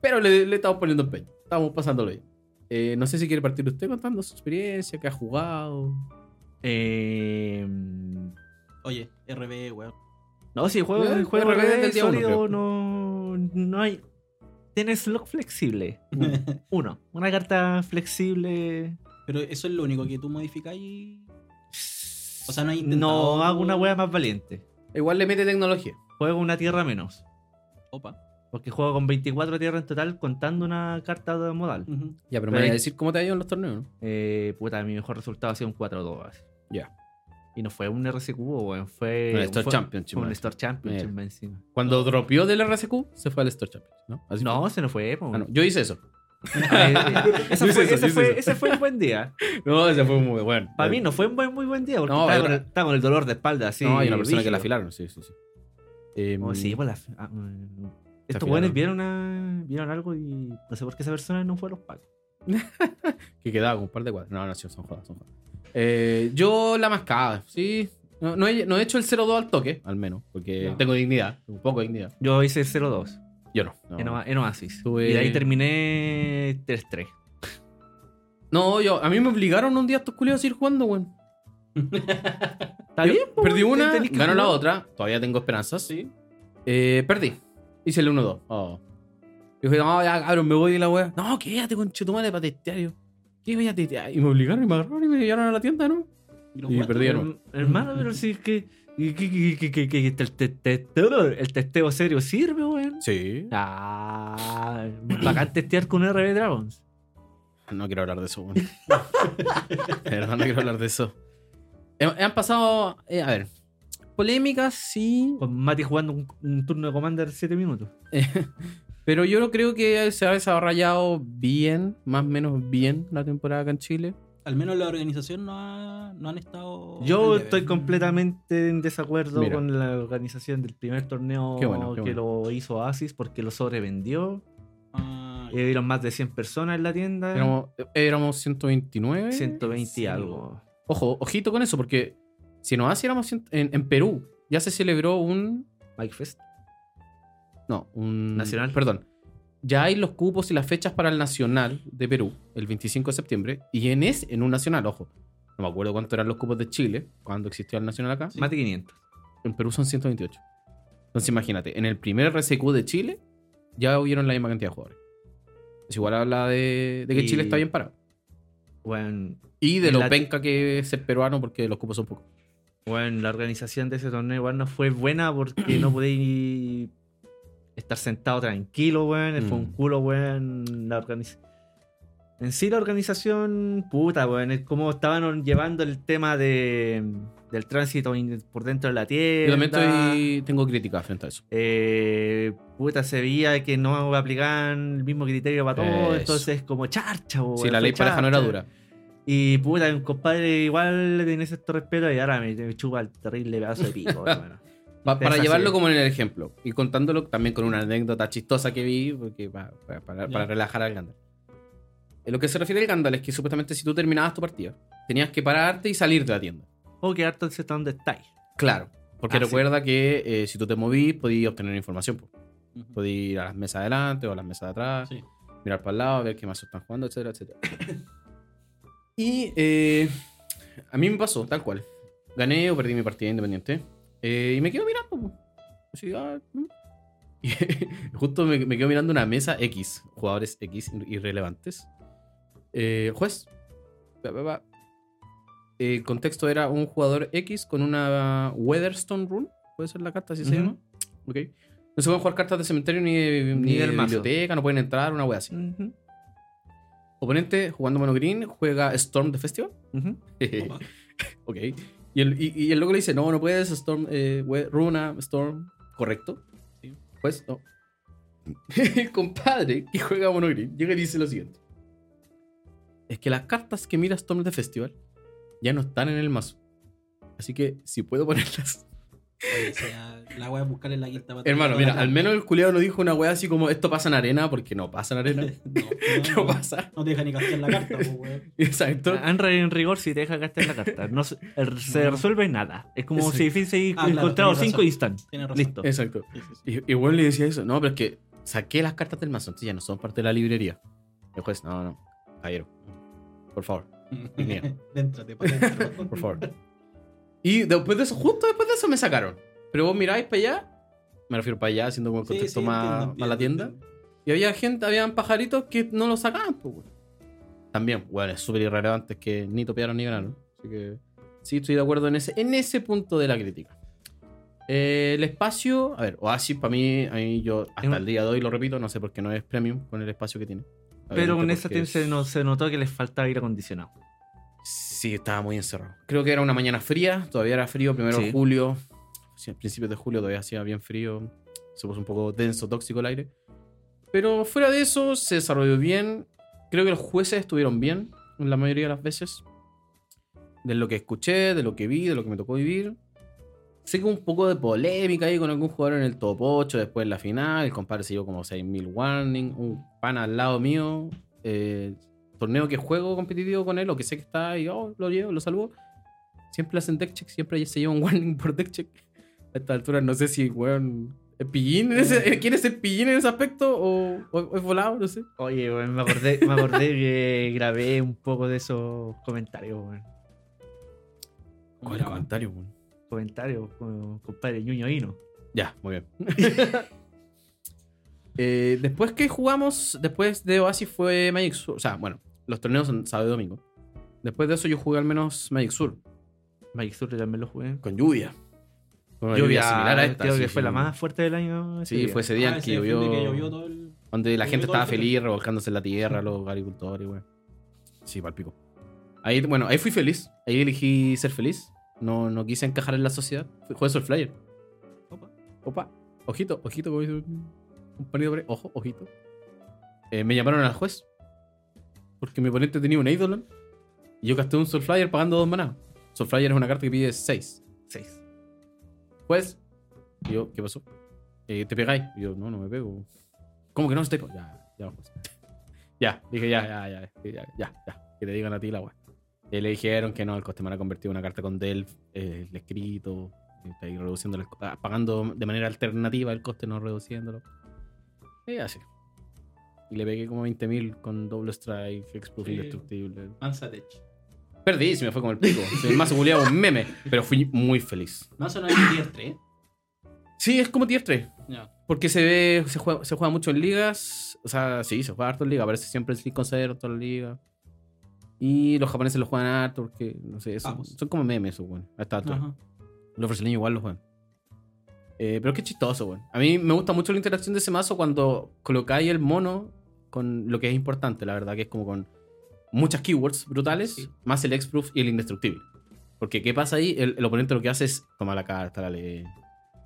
Pero le, le estamos poniendo empeño. Estamos pasándolo bien. Eh, no sé si quiere partir usted contando su experiencia, qué ha jugado.
Eh,
Oye, RB, weón.
no, si el juego,
Eh,
el juego
juego
RB
del día uno,
sólido
creo.
no, no hay. Tienes lock flexible. Uno. Una carta flexible.
Pero eso es lo único que tú modificas y. O sea, no hay intentado-
No hago una wea más valiente.
Igual le mete tecnología.
Juego una tierra menos.
Opa.
Porque juego con 24 tierras en total, contando una carta de modal.
Ujú.
Ya, pero
Pero
me voy
hay-
a decir cómo te ha ido en los torneos, ¿no?
Eh, puta, mi mejor resultado ha sido un 4-2. así.
Ya.
Y no fue un RCQ, weón. Fue.
Un Eh, Store
fue-
Championship, Eh.
fue un
man.
Store Championship
Mira.
man, encima.
Cuando dropeó del RSQ, se fue al Store Champions, ¿no? Así
No,
fue.
se nos fue, po.
Ah, no, Yo hice eso.
Eh, esa
Yo hice
fue-
eso,
ese
yo
fue-
hice eso.
Ese fue un buen día.
No, ese fue muy bueno. Eh,
Para mí no fue un buen, muy buen día porque
No,
estaba,
era-
con el, estaba con el dolor de espalda. Así,
No, hay una persona que la
rígido.
afilaron, sí, sí, sí. Eh,
Oh, sí, pues la afi- ah, mm. Estos
afilaron.
buenos vieron, a- vieron algo y no sé por qué esa persona no fue a los pacos.
Que quedaba con un par de cuadros. No, no, sí, son jodas, son jodas. Eh, yo la mascada, sí. No, no he, no he hecho el 0-2 al toque, al menos, porque
No.
tengo dignidad, un poco de dignidad.
Yo hice 0-2
Yo no. No,
en, Oa- en Oasis.
Tuve-
Y de ahí terminé 3-3.
No, yo, a mí me obligaron un día estos culiados a ir jugando, weón.
¿Está
Yo
bien? po,
Perdí
weón,
una,
tenés que
ganó la
jugar.
otra, todavía tengo esperanzas.
Sí.
Eh, perdí. Hice el 1-2. Oh. Yo dije, no, "Oh, ya cabrón, me voy de la wea. No, quédate con chetumare para testear. Yo, ¿Qué voy a testear? Y me obligaron y me agarraron y me llevaron a la tienda, ¿no?
lo
Y
jugaste?
perdí de nuevo.
Herm- Hermano, pero si es que. que- que- que- que- que- que el, te- te- el testeo serio sirve, weón.
Sí.
Ah, bacán testear con RB Dragons.
No quiero hablar de eso, weón. De verdad, no quiero hablar de eso. He- Han pasado, eh, a ver, polémicas, sí.
Con Mati jugando un, un turno de Commander 7 minutos.
Pero yo creo que se ha desarrollado bien, más o menos bien, la temporada acá en Chile.
Al menos la organización no, ha, no han estado.
Yo
al debe.
estoy completamente en desacuerdo
Mira.
con la organización del primer torneo
Qué bueno, qué
que lo hizo Asis porque lo sobrevendió.
Ah,
Eh, Vieron más de 100 personas en la tienda.
Éramos, eh, éramos 129.
120 Ah. y
Sí.
algo.
Ojo, ojito con eso, porque si no así éramos cien- en, en Perú, ya se celebró un...
Mike Fest.
No, un...
Nacional.
Perdón. Ya hay los cupos y las fechas para el Nacional de Perú, el 25 de septiembre, y en, es, en un Nacional, ojo. No me acuerdo cuánto eran los cupos de Chile cuando existió el Nacional acá.
Sí.
Más de 500.
En Perú son 128. Entonces imagínate, en el primer RCQ de Chile ya hubieron la misma cantidad de jugadores. Eso igual habla de, de que
Y-
Chile está bien parado.
Bueno,
Y de
en
lo
la-
penca que es el peruano porque los cupos son pocos.
Bueno, la organización de ese torneo igual no fue buena porque no podéis estar sentado tranquilo, weón. Fue un
Mm.
culo, weón. La organiz- En sí, la organización, puta, weón. Es como estaban llevando el tema de, del tránsito in- por dentro de la
Yo
tienda.
también estoy- tengo críticas frente a eso.
Eh, puta, se veía que no aplicaban el mismo criterio para todos.
Eso.
Entonces, como charcha, weón.
Si la
fue
ley pareja no era
charcha.
dura.
Y puta, un compadre igual le tiene cierto respeto y ahora me, me chupa el terrible pedazo de pico, hermano.
Pa- para
Esa
llevarlo
sí.
como en el ejemplo y contándolo también con una anécdota chistosa que vi porque pa- pa- para,
Ya.
para relajar al Gandalf. En lo que se refiere al Gandalf es que supuestamente si tú terminabas tu partida, tenías que pararte y salir de la tienda.
O quedarte en donde estáis.
Claro. Porque
Ah, sí.
recuerda que eh, si tú te movís, podías obtener información. po.
ujú.
Podías ir a las mesas de adelante o a las mesas de atrás,
Sí.
mirar para el lado, ver qué más están jugando, etcétera, etcétera. y eh, a mí me pasó, tal cual. Gané o perdí mi partida independiente. Eh, y me quedo mirando. po. Así, ah, mm. Y justo me, me quedo mirando una mesa X, jugadores X irrelevantes. Eh, juez, pa, pa, pa, eh, el contexto era un jugador X con una Weatherstone Rune, puede ser la carta, así se
Ujú.
llama. Ok. No se pueden jugar cartas de cementerio ni de, ni
Ni del
de
mazo.
biblioteca, no pueden entrar, una wea así.
Ujú,
Oponente jugando Mono Green juega Storm de Festival.
ujú.
eh.
Toma.
ok. Y el, y, y el loco le dice: No, no puedes, Storm, eh, we- Runa, Storm, correcto.
Sí.
Pues no. el compadre que juega Mono Green llega y dice lo siguiente: Es que las cartas que mira Storm de Festival ya no están en el mazo. Así que si puedo ponerlas.
Oye, o sea, la voy a buscar en la quinta pata.
Hermano, mira, al
menos.
menos el culiado no dijo una wea así como: Esto pasa en arena, porque no pasa en arena.
No,
no
no, no,
pasa.
no te deja ni castear la carta, po, weón.
Exacto.
Ah, En, re- en rigor, si te deja gastar la carta, no se, el- se resuelve nada. Es como
Exacto.
si hubiese
Ah, claro,
encontrado
tenés
cinco
razón.
instants.
Tienes razón.
Listo.
Exacto.
Sí, sí, sí.
Y, y Weón le decía eso, no, pero es que saqué las cartas del mazo, entonces ya no son parte de la librería. El juez, no, no, caballero, por favor, Mira.
Déntrate, para adentro.
por favor. Y después de eso, justo después de eso me sacaron. Pero vos miráis para allá, me refiero para allá, haciendo como el
Sí,
contexto
sí,
más,
entiendo,
más la
entiendo,
tienda. Y había gente, habían pajaritos que no lo sacaban, pues, weón. También, bueno, es súper irrelevante, es que ni topearon ni ganaron. Así que sí, estoy de acuerdo en ese, en ese punto de la crítica. Eh, el espacio, a ver, Oasis para mí, a mí yo hasta
un-
el día de hoy lo repito, no sé por qué no es premium con el espacio que tiene.
Pero en
Obviamente
esa
porque
tienda se,
es-
no- se notó que les faltaba aire acondicionado.
Sí, estaba muy encerrado. Creo que era una mañana fría, todavía era frío, primero de
Sí.
julio. Sí, a principios de julio todavía hacía bien frío. Se puso un poco denso, tóxico el aire. Pero fuera de eso, se desarrolló bien. Creo que los jueces estuvieron bien en la mayoría de las veces. De lo que escuché, de lo que vi, de lo que me tocó vivir. Sé que hubo un poco de polémica ahí con algún jugador en el top 8, después en la final. El compadre se dio como 6.000 warning. Un pan al lado mío. eh, torneo que juego competitivo con él o que sé que está y oh, lo llevo, lo salvo. Siempre hacen deck check, siempre se lleva un warning por deck check. A esta altura no sé si, weón, es pillín. en ese- ¿Quién es el pillín en ese aspecto? ¿O, o- o es volado? No sé.
Oye, weón, me acordé, me acordé que grabé un poco de esos comentarios, weón.
Mira, weón.
weón?
Comentarios con compadre Ñuño Hino.
Ya, muy bien. Eh, después que jugamos, después de Oasis fue Magic Sur. O sea, bueno, los torneos son sábado y domingo. Después de eso yo jugué al menos Magic Sur,
Magic Sur también lo jugué.
con lluvia. Con una
Yo
lluvia similar a esta.
Creo
sí,
que fue
sí.
la más fuerte del año. ese
Sí,
día.
fue ese día
Ah,
en que
ese
llovió.
fin de que llovió todo el-
Donde la
Llovió
gente
todo el
estaba
día.
feliz, revolcándose en la tierra, los agricultores, weón. Sí, palpico. Ahí, bueno, ahí fui feliz. Ahí elegí ser feliz. No, no quise encajar en la sociedad. Fui- Jugué Soul Flyer.
Opa.
Opa. Ojito, ojito, como dice un un panito por ahí. Ojo, ojito. Eh, me llamaron al juez. Porque mi oponente tenía un Eidolon. Y yo gasté un Soul Flyer pagando dos maná. Soul Flyer es una carta que pide 6.
Seis.
Pues, y yo, ¿qué pasó? Eh, ¿Te pegáis? Y yo, no, no me pego. ¿Cómo que no? Estoy... pe- Ya, ya, pues. Ya, dije, ya, ya, ya, ya, ya, ya, que te digan a ti la weá. Y le dijeron que no, el coste me ha convertido en una carta con Delph, eh, el escrito, eh, está ahí reduciéndole el co- ah, pagando de manera alternativa el coste, no reduciéndolo. Y así. Y le pegué como 20.000 con doble strike, explosivo
Sí.
indestructible.
Mansa Tech.
Perdí, se me fue como el pico. Se me más buleaba un meme, pero fui muy feliz.
Mansa no es un ¿eh? tier 3.
Sí, es como tier 3.
Ya.
Porque se ve, se juega, se juega mucho en ligas. O sea, sí, se juega harto en liga. Aparece siempre el Slick Concert, toda la liga. Y los japoneses lo juegan harto porque, no sé, son,
Vamos.
son como memes, esos, weón. A esta altura.
Ah. Ajá.
Los brasileños igual los juegan. Eh, pero qué chistoso, weón. A mí me gusta mucho la interacción de ese mazo cuando colocáis el mono con lo que es importante, la verdad, que es como con muchas keywords brutales,
Sí.
más el X-Proof y el Indestructible. Porque, ¿qué pasa ahí? El, el oponente lo que hace es tomar la carta, la lee,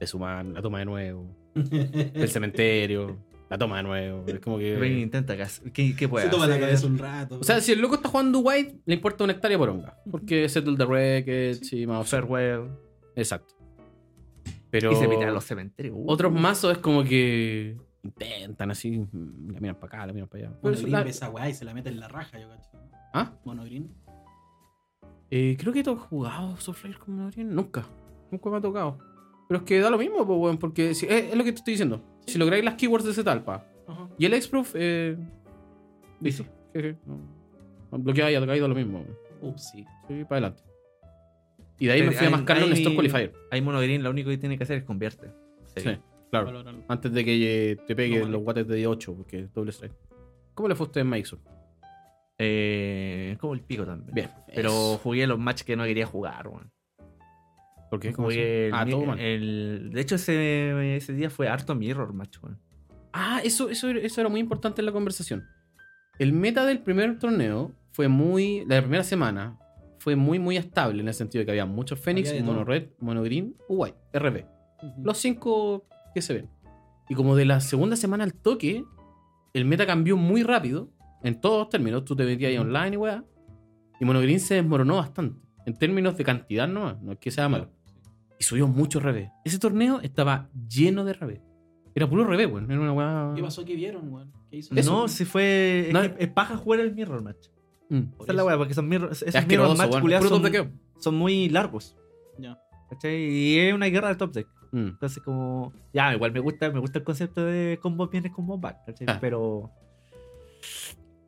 le suman, la toma de nuevo
Eh.
el cementerio, la toma de nuevo. Es como
Ven,
que.
intenta que hace- ¿Qué, qué puede
Se toma la
hacer?
cabeza un rato.
O sea, si el loco está jugando White, le importa una hectárea por onga. Porque Settle the Wreckage y más observa.
Farewell.
Exacto. Pero.
Y se pita a los cementerios. Uh,
Otros mazos es como que. Intentan así. mm, La miran para acá, la miran para allá. Pero
Mono
eso-
Green
la-
ve esa weá y se la mete en la raja, yo cacho.
¿Ah?
Mono Green.
Eh, creo que he jugado Soul Flyer con Mandalorian. Nunca. Nunca me ha tocado. Pero es que da lo mismo, pues, weón, porque si- es, es lo que te estoy diciendo. Si lográis las keywords de ese talpa
Ajá.
y el X-Proof, eh, listo. Jeje, no. No, Bloqueado y atacado da lo mismo. weón.
Ups, sí.
Sí, para adelante. Y de ahí me fui a
Hay-
mascarlo en
hay-
Store Qualifier.
Hay Mono Green, lo único que tiene que hacer es convierte. Sí.
Sí, claro.
Valóralo.
Antes de que eh, te peguen
No, vale.
los guates de 8, porque es doble strike. ¿Cómo le fue a usted en Maizur?
Eh, ¿Cómo el pico también.
Bien.
Pero
Eso.
jugué los matches que no quería jugar, weón.
¿Por qué? ¿Cómo
Jugué
así?
el,
ah, todo mal.
el- De hecho, ese, ese día fue harto mirror, match, weón.
Ah, eso, eso, eso era muy importante en la conversación. El meta del primer torneo fue muy. La primera semana fue muy, muy estable en el sentido de Mm. que había muchos Fénix,
Había de
mono
todo.
red, mono green, u white, RB.
Ujú.
Los cinco que se ven. Y como de la segunda semana al toque, el meta cambió muy rápido. En todos términos, tú te metías ahí online y weá. Y mono green se desmoronó bastante. En términos de cantidad nomás, no es que sea malo. Y subió mucho RB. Ese torneo estaba lleno de RB. Era puro RB, weón. Era una weá.
¿Qué pasó? ¿Qué vieron, weón? ¿Qué hizo?
No, si fue. es
No.
que Es, paja jugar el mirror match.
Mm.
Esa es la weá, porque son mirror, esos
Es
mirror
asqueroso,
match
weón.
culiados
Puro top
son,
deckeo.
son muy largos.
Ya.
¿Cachai? Y es una guerra de top deck.
Mm.
Entonces, como. Ya, igual me gusta, me gusta el concepto de combo vienes, combo back, ¿cachai?
Ah.
Pero.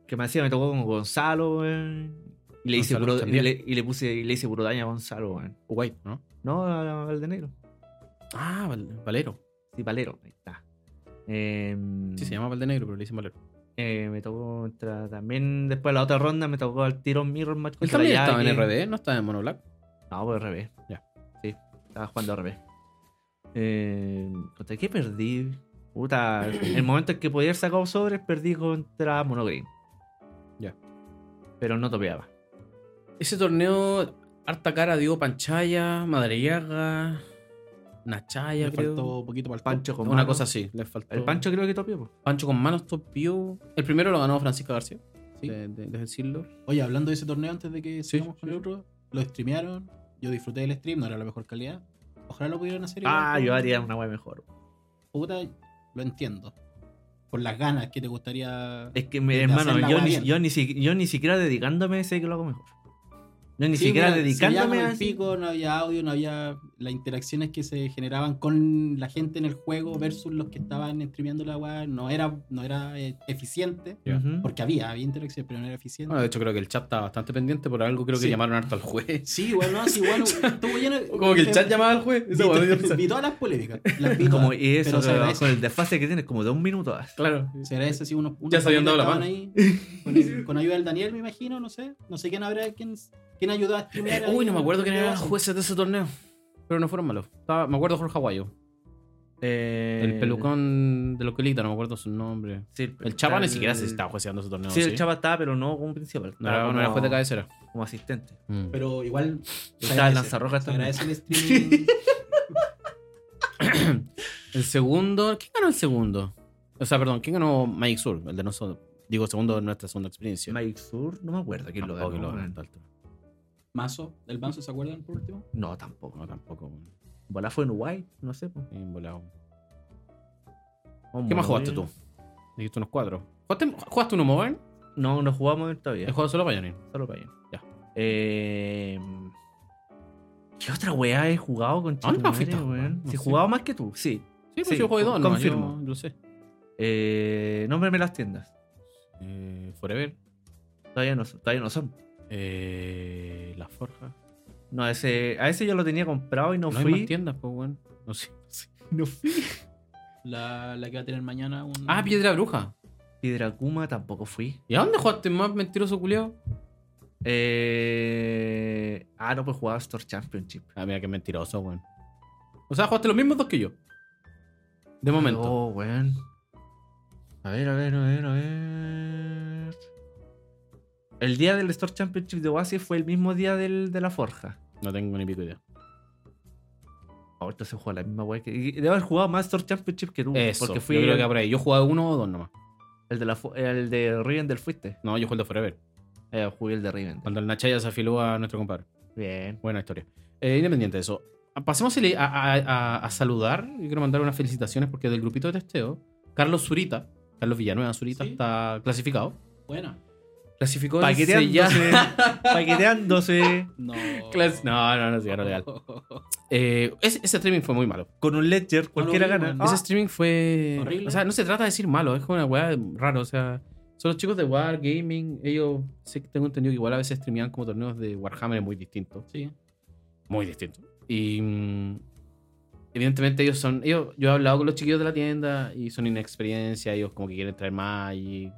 Que me hacía, me tocó con Gonzalo, weón. Y le, hice
Gonzalo
puro, y,
también.
le, y le puse y le hice puro daño a Gonzalo, weón.
Uruguay, ¿no?
No, a- al de negro.
Ah, Val- Valero.
Sí, Valero, ahí está. Em,
Sí, se llama Valdenegro, pero le dicen Valero.
eh, me tocó contra- también después de la otra ronda me tocó al tiro Mirror Match
Él
contra
también estaba en
Yaki.
RB, no estaba en Mono Black.
No, pues RB.
Ya.
Sí, estaba jugando RB. Eh, ¿Contra qué perdí? Puta, el momento en que podía sacar sobres perdí contra Monogreen.
Ya.
Pero no topeaba.
Ese torneo, harta cara, Diego Panchaya, Madreyaga, Nachaya,
Le
creo.
faltó poquito para el
Pancho con
Una
mano.
cosa así, les faltó.
El Pancho creo que topeó. po.
Pancho con manos top view. El primero lo ganó Francisca García,
Sí.
de, de- de decirlo.
Oye, hablando de ese torneo antes de que
Sí,
sigamos con
sí,
el otro, lo streamearon. Yo disfruté del stream, no era la mejor calidad. Ojalá lo pudieran hacer. igual,
Ah,
pero-
yo haría una wea mejor.
Puta, lo entiendo. Por las ganas que te gustaría.
Es que, mi
De
hermano,
hacer la
yo
wea
ni,
bien.
yo, ni, si- yo ni siquiera dedicándome sé que lo hago mejor. Yo ni
Sí,
siquiera
mira, se
dedicándome
veía como
a.
el pico, no había audio, no había las interacciones que se generaban con la gente en el juego versus los que estaban streameando la weá. No era, no era eh, eficiente.
Ujú.
Porque había, había interacción, pero no era eficiente.
Bueno, de hecho, creo que el chat estaba bastante pendiente por algo. Creo que
Sí.
llamaron harto al juez.
Sí, igual no, sí, igual estuvo lleno-
Como que el chat llamaba al juez.
Vi,
Esa hueá me dio risa.
vi todas las polémicas. Las vi
Como,
todas,
y eso,
pero se agradece.
con el desfase que tienes, como de un minuto. ah.
Claro.
Se agradece si unos, unos
Ya se habían dado la
estaban
mano.
ahí, con, el- con ayuda del Daniel, me imagino, no sé. No sé quién habrá, quién, quién ayudó a streamear.
Uy,
ahí
no me acuerdo
el
quién eran los
video.
jueces de ese torneo. Pero no fueron malos. Estaba- me acuerdo Jorge Aguayo.
Eh,
El pelucón de Loquelita, no me acuerdo su nombre.
Sí,
El Chapa
tal-
ni siquiera se estaba jueceando ese torneo.
Sí, el Chapa estaba, pero no como principal.
No
estaba
era, Ah, no era
como- Mm.
juez de cabecera.
Como asistente.
Pero-
Pero igual. se
Estaba
agradece.
el lanzarrojas
Se
también.
agradece el streaming.
El segundo. ¿Quién ganó el segundo? O sea, perdón, ¿quién ganó Mike Sur? El de nosotros. Digo, segundo de nuestra segunda experiencia.
Mike Sur, no me acuerdo quién lo
Tampoco
ganó.
lo ganó,
weón.
tanto.
Mazo, del Mazo, ¿se acuerdan por último?
No, tampoco.
No, tampoco. weón.
Bola fue en Uruguay, no sé. po.
Bien volado.
O
¿Qué más
Modern.
jugaste tú? Dijiste unos cuatro. ¿Jugaste, jugaste uno Modern?
No, no jugamos
He
todavía.
jugado solo Pioneer.
Solo para allá.
Ya.
Eh, ¿Qué otra weá he jugado con
¿Dónde
Chetumare,
fuiste a jugar?
weón?
Ah, No
Si he
sé.
jugado más que tú, sí.
Sí, pues
Sí,
yo jugué dos, no,
confirmo.
yo lo sé.
Eh, nómbrame las tiendas.
Eh, Forever.
Todavía no, son- todavía no son.
Eh, la Forja.
No, ese, a ese yo lo tenía comprado y no,
No,
fui.
hay más tiendas, pues, weón. No sé.
No fui.
La, la que va a tener mañana. Un...
Ah, Piedra Bruja.
Piedra Kuma tampoco fui.
¿Y a dónde jugaste más mentiroso culiao?
Eh... Ah, no, pues jugaba Store Championship.
Ah, mira qué mentiroso, weón. O sea, jugaste los mismos dos que yo. De momento.
No, weón. A ver, a ver, a ver, a ver. El día del Store Championship de Oasis fue el mismo día del, de la Forja.
No tengo ni pico idea.
Ahorita se juega la misma weá que. y Debo haber jugado más Store Championship que tú.
Eso.
porque fui
yo creo
el,
que por ahí. Yo jugaba uno o dos nomás.
el de, la, fo- el de Rivendell fuiste.
No, yo jugué el de Forever.
Eh, jugué el de Rivendell.
Cuando el Nachaya se afiló a nuestro compadre.
Bien.
Buena historia. Eh, independiente de eso. ah, Pasemos el- a, a- a- a saludar. Yo quiero mandar unas felicitaciones porque del grupito de testeo, Carlos Zurita, Carlos Villanueva Zurita,
Sí.
está clasificado.
Buena.
Clasificó en
Paqueteándose. paqueteándose.
No.
Clas- No, no, no, sí, era legal. Eh, ese, ese streaming fue muy malo.
Con un Ledger, cualquiera
vi,
gana. Ah,
weón.
Ese streaming fue.
Horrible.
O sea, no se trata de decir malo, es como una weá raro. O sea, son los chicos de War Gaming, ellos sé que tengo entendido que igual a veces streamean como torneos de Warhammer muy distintos.
Sí.
Muy distintos. Y. mm, Evidentemente ellos son. Ellos, yo he hablado con los chiquillos de la tienda y son inexperiencia, ellos como que quieren traer más y.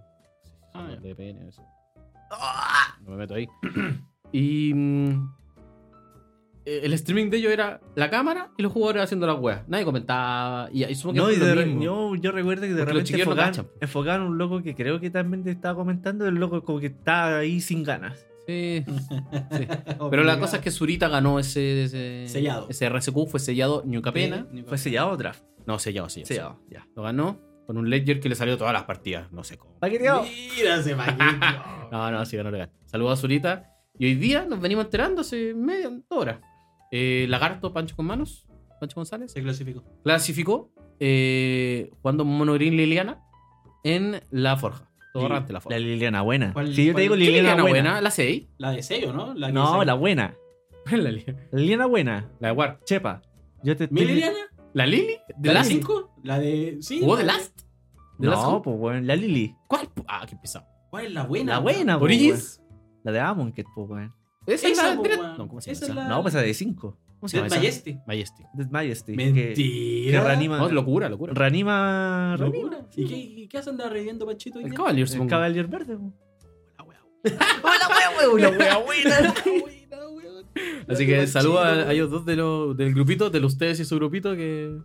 Ah, ya.
de pene, eso.
¡Ah!
no me meto ahí. Y mm, eh, el streaming de ellos era la cámara y los jugadores haciendo las weas. Nadie comentaba. Y, y supongo que
No,
fue
y
lo
de re-
mismo.
yo, yo recuerdo que de
Porque los
repente
chiquillos no
enfocaron,
cachan.
enfocaron un loco que creo que también te estaba comentando, el loco como que está ahí sin ganas.
Sí, sí. Pero la cosa es que Zurita ganó ese. ese
Sellado.
Ese RSQ fue sellado New Capena.
Fue sellado o draft.
No, sellado, sellado.
Sellado, ya.
Lo ganó con un Ledger que le salió todas las partidas. No sé cómo.
Paqueteado.
Mira, se paqueteó.
No, no, sí ganó legal. Saludos a Zurita. Y hoy día nos venimos enterando hace media hora. Eh, Lagarto, Pancho con manos. Pancho González.
Se clasificó.
clasificó eh, jugando Mono Green Liliana en la Forja. Todo
Lil-
rato la Forja.
La Liliana buena.
¿Cuál-
si yo te
cuál-
digo
¿Qué
Liliana, buena.
La 6.
La de sello, ¿no? La que
No,
se-
la buena.
la, Lili-
La Liliana buena.
la de War.
Chepa. Yo te
¿Mi
estoy-
Liliana?
¿La Lili? ¿De
¿La de
Last?
5? ¿La de. Sí.
¿Jugó
la
de Last? ¿De Last
No,
Hope?
pues bueno, la Lili.
¿Cuál? Ah, qué pesado.
¿Cuál es la buena?
La buena, po, weón.
¿Origins?
La de Amonkhet, pues bueno.
Esa es
Esa,
la
po,
de-
weón.
No, ¿cómo se
Esa
llama?
es
esa?
la-
No, pues la de 5.
¿Cómo se
Dead
llama? esa?
Majesty.
Majesty.
Dead Majesty. Que, que
Mentira.
reanima.
No, locura, locura.
Reanima. reanima.
Locura. ¿Y qué, y qué hacen de reviviendo Panchito? hoy
El
día?
Cavalier,
El
supongo.
Cavalier Verde. po.
La wea, wea,
Una wea
wea,
buena.
wea.
Así
Panchito,
que saludos a, a
weón.
ellos dos de lo- del grupito, de los ustedes y su grupito que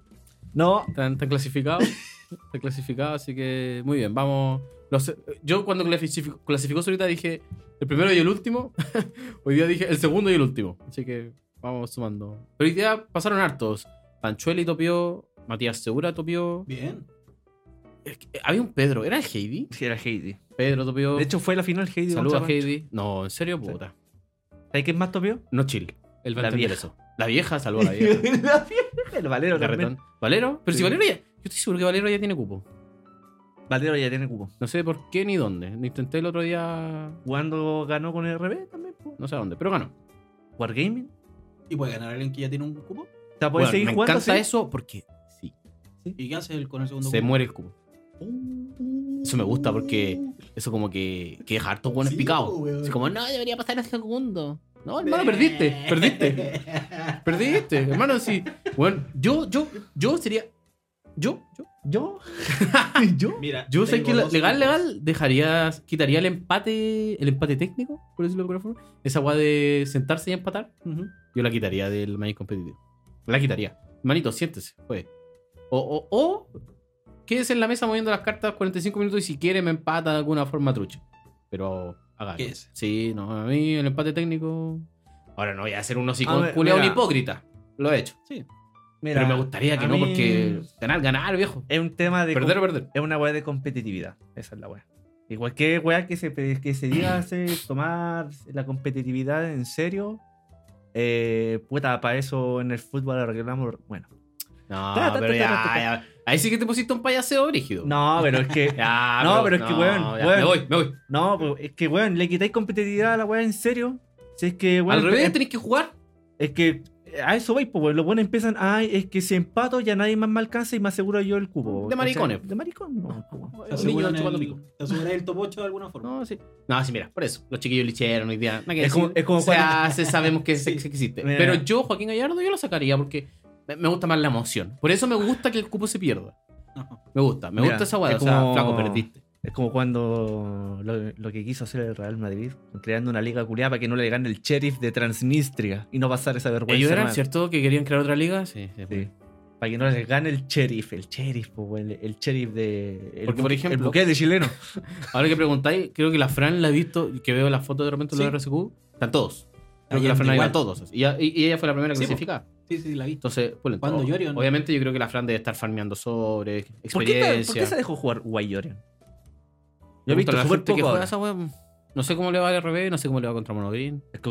No,
están, están clasificados. están clasificados, así que muy bien, vamos. Los- yo cuando clasificó, clasificó Solita dije el primero y el último. hoy día dije el segundo y el último. Así que vamos sumando. Pero hoy día pasaron hartos. Panchueli topió, Matías Segura topió.
Bien.
Es que había un Pedro, ¿era el Heidi?
si era Heidi.
Pedro topió.
De hecho, fue la final Heidi.
saludos a
contra Pancho.
Heidi. No, en serio, puta.
¿Sabes quién más topió?
No chill. El va a
La
entender
vieja.
eso. La vieja, saludos a la vieja.
El Valero
Carretón.
también.
¿Valero? Pero si
Sí.
Valero ya. Yo estoy seguro que Valero ya tiene cupo.
Valero ya tiene cubo.
No sé por qué ni dónde. Lo intenté el otro día.
Cuando ganó con el RB también, po.
No sé a dónde, pero ganó.
Wargaming.
¿Y puede ganar alguien que ya tiene un cupo?
O sea, puedes
Bueno,
seguir
me
jugando
encanta
así.
eso porque sí,
¿Y qué hace él con el segundo
se
cupo?
muere el cupo. Eso me gusta porque eso como que, que deja hartos buenos
Sí,
picados.
weón.
Así como, no, debería pasar el segundo. No,
Eh.
hermano, perdiste, perdiste, perdiste, hermano, sí. Bueno, yo, yo, yo sería... Yo, yo,
Yo,
yo.
Mira,
Yo sé
tengo
que la-
dos
legal,
cupos.
legal, dejaría, quitaría el empate, el empate técnico, por decirlo de alguna forma. Esa guay de sentarse y empatar,
Ujú.
yo la quitaría del Magic competitivo. La quitaría. Manito, siéntese, juegue. O, o, o quédese en la mesa moviendo las cartas 45 minutos y si quiere me empata de alguna forma trucha. Pero hágalo.
¿Qué es?
Sí, no, a mí el empate técnico. Ahora no voy a hacer un
A
hocicón
ver,
culeado ni
mira.
hipócrita. Lo he hecho.
mira,
Pero me gustaría que
a
no,
mí
porque ganar, ganar, viejo.
Es un tema de.
Perder o perder.
Es una weá de competitividad. Esa es la weá. Y cualquier weá que se, que se diga hacer, tomar la competitividad en serio, eh, puta, para eso en el fútbol arreglamos. Bueno,
No,
Ta, ta, ta,
pero
ta,
ya,
ta, ta.
ya. Ahí sí que te pusiste un payaseo rígido.
no, pero es que.
Ya,
No, pero es que, weón,
ya,
weón.
Me voy, me voy.
no, pues, es que, weón, le quitáis competitividad a la weá en serio. Si es que, weón,
Al revés,
es-
tenés que jugar.
Es que a eso vais, pues, weón. Los buenos empiezan, ay, es que si empato ya nadie más me alcanza y me aseguro yo el cubo.
De
¿cachai?
maricones.
De maricón, no. pues,
Te
Un niño
aseguran
chupando
el-
pico.
te aseguran el top 8 de alguna forma.
No, sí. No, sí, mira, por eso. Los chiquillos lichearon hoy día. Nada que
Es como-
decir.
es como
se hace, sabemos que se-
Sí.
se existe.
Mira.
Pero yo, Joaquín Gallardo, yo lo sacaría porque me- me gusta más la emoción. Por eso me gusta que el cupo se pierda.
No.
Me gusta, me
Mira,
gusta esa guada.
es
O sea,
como-
flaco, perdiste.
Es como cuando lo, lo que quiso hacer el Real Madrid, creando una liga culiada para que no le gane el sheriff de Transnistria y no pasar esa vergüenza.
¿Ellos eran,
man.
cierto, que querían crear otra liga? Sí, sí.
Sí. Para que no les gane el sheriff, el sheriff, pues, weón, el, el sheriff de. El,
Porque, por
bu-
ejemplo-
el buque de chileno.
Ahora que preguntáis, creo que la Fran la ha visto, que veo las fotos de repente de
Sí.
los RSQ, están todos. Creo que
Ahí
la
en
Fran la vio a
igual.
todos. Y, ya- y- y ella fue la primera
Sí, po.
clasificada.
Sí, sí, la vi.
Entonces, pues,
¿Cuándo
o-
Yorion?
Obviamente yo creo que la Fran debe estar farmeando sobre
¿Por qué, ta-
experiencia.
por qué se dejó jugar Guayorion?
Me
Yo he
gusta
visto
la
súper
gente que
poco
juega
ahora.
esa wea. No sé cómo le va al RB, no sé cómo le va contra Monogreen,
Es que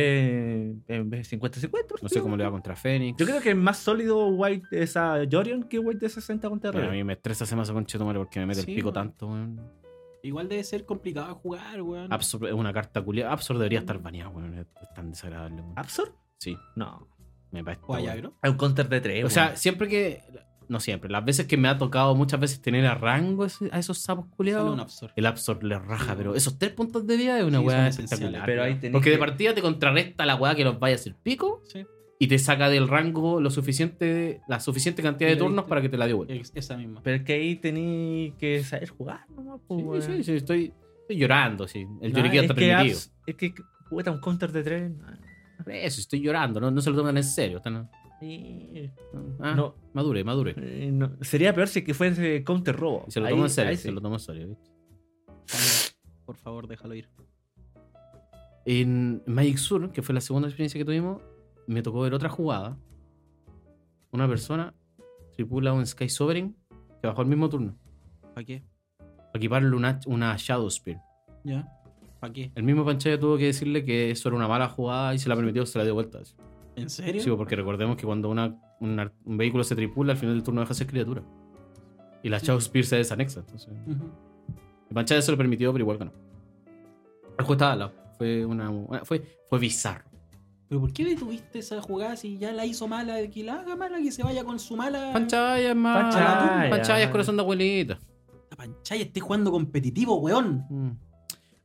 TRB en vez de 50-50.
no sé cómo le va contra Fénix.
Yo creo que es más sólido White esa Jorion que White de 60 con
Bueno, a
TRB.
mí me estresa ese mazo con Chetumare porque me mete
Sí,
el pico
weón.
tanto, weón.
Igual debe ser complicado jugar, weón.
Absor es una carta culia. Absor debería estar baneado, weón. Es tan desagradable, weón.
¿Absor?
Sí,
No.
me parece.
O Ayagro.
Es un counter de 3.
O sea, siempre que. No siempre, las veces que me ha tocado muchas veces tener a rango ese- a esos sapos
Sale un
culiados.
absor.
El Absor le raja, pero esos tres puntos de vida es una
Sí, son
weá
esenciales,
espectacular.
pero ahí tenés
Porque de
que-
partida te contrarresta la weá que los vaya a hacer pico
Sí.
y te saca del rango lo suficiente, la suficiente cantidad
Y
de
la
turnos
viste.
para que te la dio vuelta.
Ex- Esa misma.
Pero es que ahí tení que saber jugar nomás, pues,
Sí,
weón.
sí, sí, estoy. Estoy llorando, sí. El
No,
lloriqueo
es
está
que
permitido.
apps- es que, puta, un counter de tres. no,
Eso, estoy llorando. No, no se lo toman en serio. Están,
eh,
ah,
No.
Madure, madure.
eh, no. Sería peor si que fuese counter robo.
Y se lo
Ahí-
toman en serio.
ahí
Se
sí.
lo toman en serio. ¿viste?
Por favor, déjalo ir.
En Magic Sur, que fue la segunda experiencia que tuvimos, me tocó ver otra jugada. Una persona tripula un Sky Sovereign que bajó al mismo turno.
¿Para qué?
Para equiparle una, una Shadow Spear.
¿Ya? ¿Para qué?
El mismo Panchaya tuvo que decirle que eso era una mala jugada y se la permitió, se la dio vuelta. así.
¿En serio?
Sí, porque recordemos que cuando una- un ar- un vehículo se tripula, al final del turno deja de ser criatura. Y la Shadow Spear se desanexa. Entonces,
Ujú.
el Panchaya se lo permitió, pero igual ganó. El juego estaba al lado. Fue, una, fue, fue bizarro.
¿Pero por qué detuviste esa jugada si ya la hizo mala? Que la haga mala, que se vaya con su mala.
Panchaya, más.
Panchaya.
Panchaya es corazón de abuelita.
La panchaya esté jugando competitivo, weón.
Mm.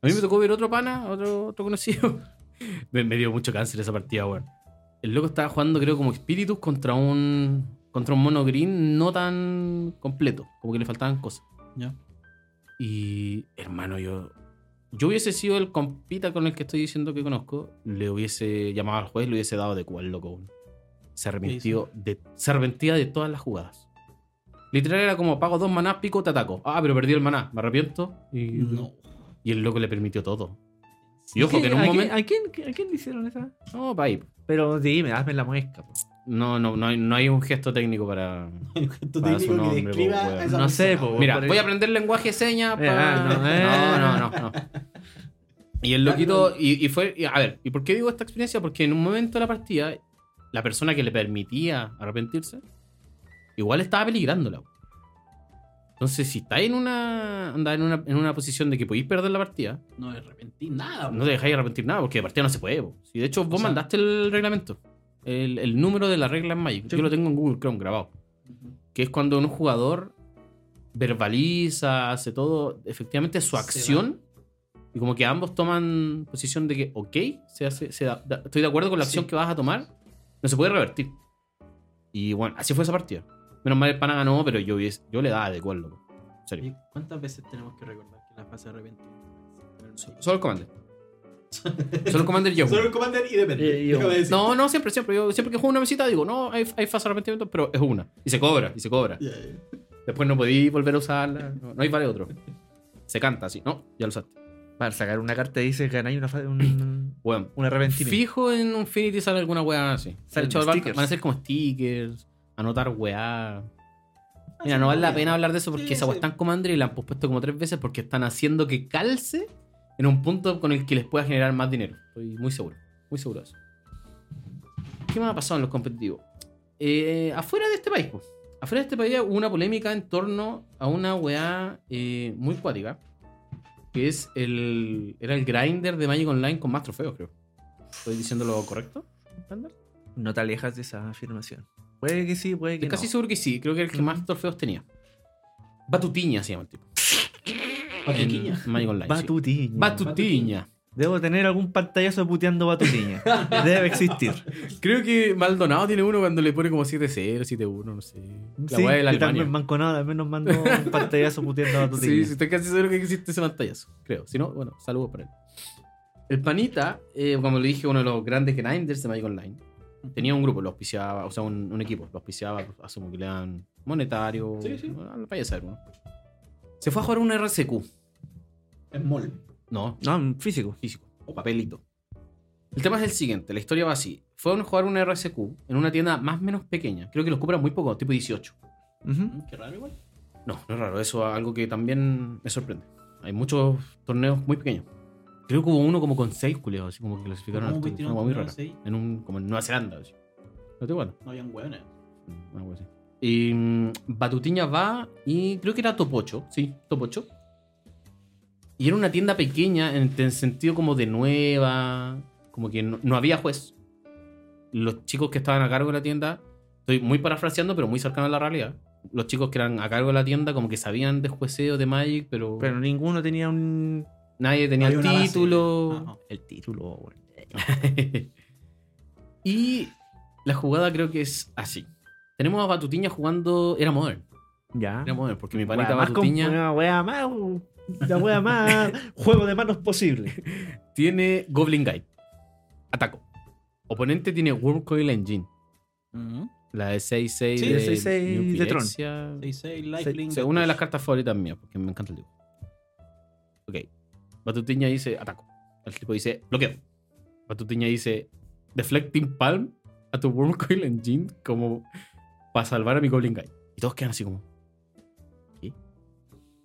A mí me tocó ver otro pana, otro, otro conocido. me, me dio mucho cáncer esa partida, weón. El loco estaba jugando, creo, como espíritus contra un. contra un mono green no tan completo. Como que le faltaban cosas.
Ya.
Y. hermano, yo. Yo hubiese sido el compita con el que estoy diciendo que conozco. Le hubiese llamado al juez, le hubiese dado de cual, loco. weón. Se arrepintió de. Se arrepentía de todas las jugadas. Literal era como pago dos manás, pico, te ataco. Ah, pero perdí el maná, me arrepiento. Y,
No.
y el loco le permitió todo. Y
¿A
ojo que en
quién-
un
a quién-
momento.
¿A quién, a quién le hicieron esa?
No, pa' ahí.
Pero dime, hazme la pues. muesca. po.
No, no, no hay, no hay un gesto técnico para.
Tu
Para su
técnico que
nombre,
describa
po,
a
weón.
esa
No sé,
persona.
po,
Mira,
por
voy a
ahí-
aprender lenguaje de señas.
Eh,
pa-
ah, no, eh.
no, no, no, no. Y el loquito. Y, y fue. y, a ver, ¿y por qué digo esta experiencia? Porque en un momento de la partida, la persona que le permitía arrepentirse, igual estaba peligrándola. Entonces, si estáis en una, andá en una en una posición de que podéis perder la partida,
No me arrepentí nada, po.
No te dejáis arrepentir nada, porque de partida no se puede. po. Si de hecho vos
sea-
mandaste el reglamento, el, el número de la regla en Magic,
Sí.
yo lo tengo en Google Chrome grabado, que es cuando un jugador verbaliza, hace todo, efectivamente su
Se
acción, y como que ambos toman posición de que, ok, se hace, se da- da- estoy de acuerdo con la acción
Sí.
que vas a tomar, no se puede revertir. Y bueno, así fue esa partida. Menos mal el pana ganó, pero yo, hubiese- yo le daba de cual, loco. En serio.
Oye, ¿Cuántas veces tenemos que recordar que la fase de arrepentimiento?
So- Solo el commander. Solo el commander y yo.
Solo el commander y depende.
Y- y-
Déjame decir.
No, no, siempre, siempre. Yo siempre que juego una mesita digo, no, hay, hay fase de arrepentimiento, pero es una. Y se cobra, y se cobra.
Ya, ya.
Después no podí volver a usarla. No, no hay vale otro. Se canta así. No, ya lo usaste.
Para sacar una carta dice ganáis una, fa- un,
Bueno.
una reventina.
Fijo en Infinity sale alguna weá así.
Salen
De hecho, van
stickers.
van a ser como stickers, anotar weá. Mira,
Así
no
como
vale la
bien.
pena hablar de eso porque
Ah, Sí,
esa
sí.
weá está en Commander y la han pospuesto como tres veces porque están haciendo que calce en un punto con el que les pueda generar más dinero. Estoy muy seguro, muy seguro de eso. ¿Qué más ha pasado en los competitivos? Eh, afuera de este país, pues. Afuera de este país hubo una polémica en torno a una weá eh, muy cuática. Que es el. Era el grinder de Magic Online con más trofeos, creo. ¿Estoy diciendo lo correcto? Ander?
No te alejas de esa afirmación. Puede que sí, puede que
Estoy casi
no.
seguro que sí, creo que era el que más trofeos tenía. Batutiña se llama el tipo.
Patuquiña.
En Magic Online. sí.
Batutiña.
Batutiña.
Debo tener algún pantallazo puteando Batutiña. Debe existir.
Creo que Maldonado tiene uno cuando le pone como 7-0, 7-1, no sé. La
sí,
weá de la
y también
Alemania.
Manconada también nos mandó un pantallazo puteando a Batutiña.
Sí, sí, estoy casi seguro que existe ese pantallazo, creo. Si no, bueno, saludos para él. El panita, eh, como le dije, uno de los grandes grinders de Magic Online, tenía un grupo, lo auspiciaba, o sea, un, un equipo, lo auspiciaba, asumo que le dan monetario,
Sí, sí.
bueno, al país saber uno. Se fue a jugar un RCQ.
Es mol.
No,
No, en físico.
físico, o papelito. El tema es el siguiente, la historia va así. Fueron a jugar un RSQ en una tienda más o menos pequeña. Creo que los cobran muy poco, tipo 18.
Ujú.
Mm, Qué raro igual.
No, no es raro, eso es algo que también me sorprende. Hay muchos torneos muy pequeños. Creo que hubo uno como con 6 culeos, así como que clasificaron al
¿Cómo
torneo,
tiraron
como muy raro.
seis?
En un, como en Nueva Zelanda, así. No te acuerdas.
No habían hueones.
Una cosa así. Y mm, Batutiña va y creo que era Topocho, sí, Topocho. Y era una tienda pequeña en el sentido como de nueva, como que no, no había juez. Los chicos que estaban a cargo de la tienda, estoy muy parafraseando, pero muy cercano a la realidad. Los chicos que eran a cargo de la tienda como que sabían de jueceo, de Magic, pero,
Pero ninguno tenía un
nadie tenía
había
el
una base.
título.
Ajá.
el título, güey.
y la jugada creo que es así. Tenemos a Batutiña jugando, era Modern.
Ya.
Era Modern, porque mi
Wea
panita
más con-
Batutiña...
Una wea más uh, La wea más juego de manos posible.
Tiene Goblin Guide. Ataco. Oponente tiene Worm Coil Engine.
Ujú.
La de 6-6
Sí,
de,
6-6 de
Neopilexia.
6-6, Lifelink.
Sí, una de las cartas favoritas mías, porque me encanta el dibujo. Ok. Batutiña dice ataco. El tipo dice bloqueo. Batutiña dice deflecting palm a tu worm coil engine como para salvar a mi Goblin Guy. Y todos quedan así como. ¿Qué?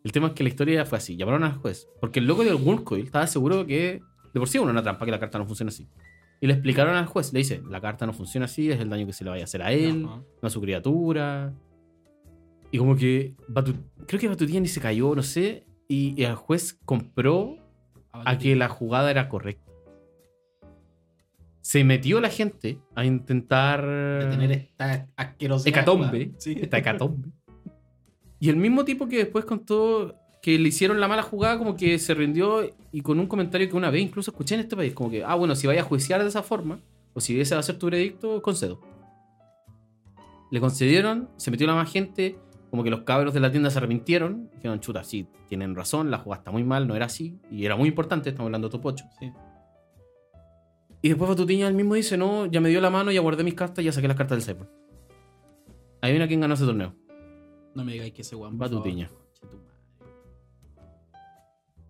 El tema es que la historia fue así. Llamaron al juez. Porque el loco del worm coil estaba seguro que de por sí era una trampa que la carta no funciona así. Y le explicaron al juez. Le dice, la carta no funciona así, es el daño que se le vaya a hacer a él
Ajá.
no a su criatura. Y como que Batu- creo que Batutilla ni se cayó, no sé. Y, y el juez compró a que la jugada era correcta. Se metió la gente a intentar
De tener esta asquerosidad.
Hecatombe.
Sí.
esta hecatombe. Y el mismo tipo que después contó que le hicieron la mala jugada, como que se rindió y con un comentario que una vez incluso escuché en este país, como que, ah, bueno, si vaya a juiciar de esa forma, o si ese va a ser tu veredicto, concedo. Le concedieron, se metió la más gente, como que los cabros de la tienda se arrepintieron, dijeron, chuta, sí, tienen razón, la jugada está muy mal, no era así, y era muy importante, estamos hablando de top 8.
Sí.
Y después Batutiña él mismo dice, no, ya me dio la mano, ya guardé mis cartas, ya saqué las cartas del Cyber. Adivina quién ganó ese torneo.
No me digáis que ese guan
Batutiña.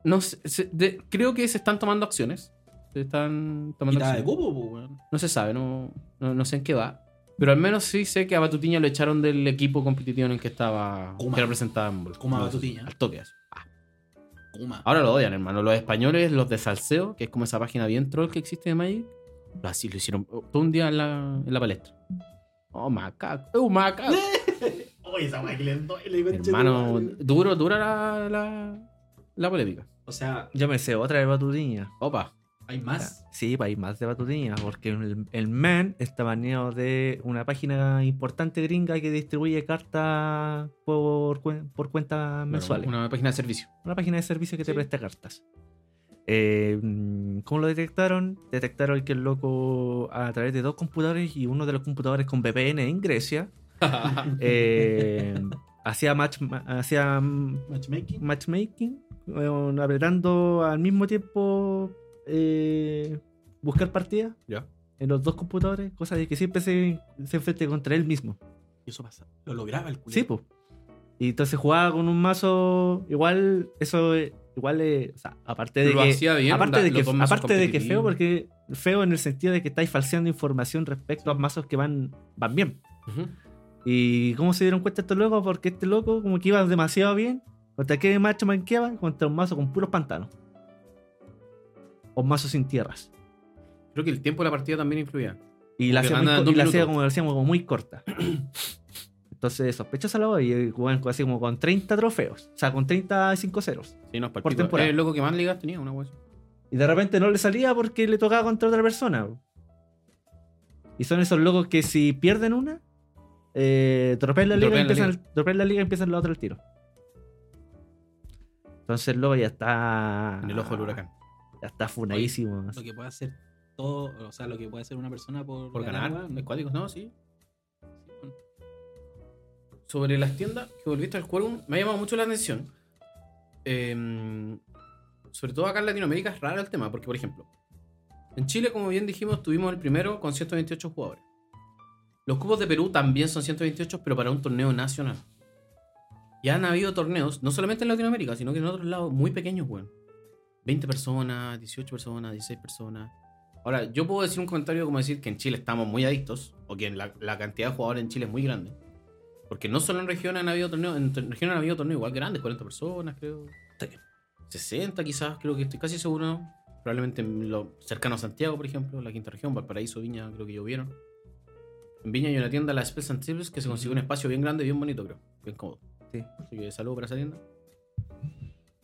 No sé, se- de- creo que se están tomando acciones. Se están tomando
Quitada de
acciones.
cubo, po, weón.
No se sabe, no, no, no sé en qué va. Pero al menos sí sé que a Batutiña lo echaron del equipo competitivo en el que estaba.
Kuma.
Que representaba en Volcán.
Kuma Batutiña.
Al toque. así. Ah,
Kuma.
Ahora lo odian, hermano. Los españoles, los de Salseo, que es como esa página bien troll que existe de Magic, lo así lo hicieron oh, todo un día en la, en la palestra. Oh, macaco. ¡Eh, un macaco!
Oye, esa weá que le duele, conche tu
hermano,
madre.
duro, dura la, la, la polémica.
O sea,
Yo me sé otra de Batutiña.
Opa.
hay más.
Sí, hay más de Batutiña, porque el, el man está baneado de una página importante gringa que distribuye cartas por, cuen- por cuentas mensuales.
Una página de servicio.
una página de servicio que te
Sí.
presta cartas. Eh, mm, ¿Cómo lo detectaron? Detectaron que el loco a través de dos computadores y uno de los computadores con VPN en Grecia eh, hacía, match, ma- hacía mm,
Matchmaking.
matchmaking, eh, apretando al mismo tiempo eh, buscar partidas
Ya.
en los dos computadores, cosa de que siempre se, se enfrente contra él mismo.
Y eso pasa. Lo lograba el culo.
Sí, pues. Y entonces jugaba con un mazo. Igual, eso. eh, Igual, eh, o sea, aparte de
Lo
que.
hacía bien,
aparte
da-
de
los
que,
dos mazos
aparte de que feo,
competitivos.
porque. Feo en el sentido de que estáis falseando información respecto a mazos que van, van bien.
Ujú.
¿Y cómo se dieron cuenta estos locos? Porque este loco, como que iba demasiado bien. ¿Contra qué macho manqueaba? Contra un mazo con puros pantanos. O un mazo sin tierras.
Creo que el tiempo de la partida también influía.
Y la
Porque
hacía, muy
ganan
co-
dos
y la
minutos.
hacía como, la hacíamos como muy corta. Entonces, sospechosa la voz. Y jugaban así como con 30 trofeos. O sea, con 35 ceros.
Sí, no, es
Por temporada.
Era el loco que más ligas tenía, una wea así.
Y de repente no le salía porque le tocaba contra otra persona. Y son esos locos que si pierden una, eh, tropean la liga y
Tropean la
empiezan, tropean la liga y empiezan la otra al tiro. Entonces el loco ya está.
En el ojo del huracán.
Ya está funadísimo.
Lo que puede hacer todo, o sea, lo que puede hacer una persona por,
Por ganar,
weón.
escuáticos, no, sí. Sobre las tiendas que volviste al juego, me ha llamado mucho la atención. Em, sobre todo acá en Latinoamérica es raro el tema, porque por ejemplo, en Chile, como bien dijimos, tuvimos el primero con 128 jugadores. Los cupos de Perú también son 128, pero para un torneo nacional. Ya han habido torneos, no solamente en Latinoamérica, sino que en otros lados muy pequeños, weón. 20 personas, 18 personas, 16 personas. Ahora, yo puedo decir un comentario como decir que en Chile estamos muy adictos, o que en la, la cantidad de jugadores en Chile es muy grande. Porque no solo en regiones han habido torneos, en tor- regiones han habido torneos igual grandes, 40 personas, creo. 60 quizás, creo que estoy casi seguro. Probablemente en lo cercano a Santiago, por ejemplo, la quinta región, Valparaíso, Viña, creo que llovieron. En Viña hay una tienda, la Spells and Tips, que se consiguió un espacio bien grande, bien bonito, creo. Bien cómodo.
Sí.
Así que saludo para esa tienda.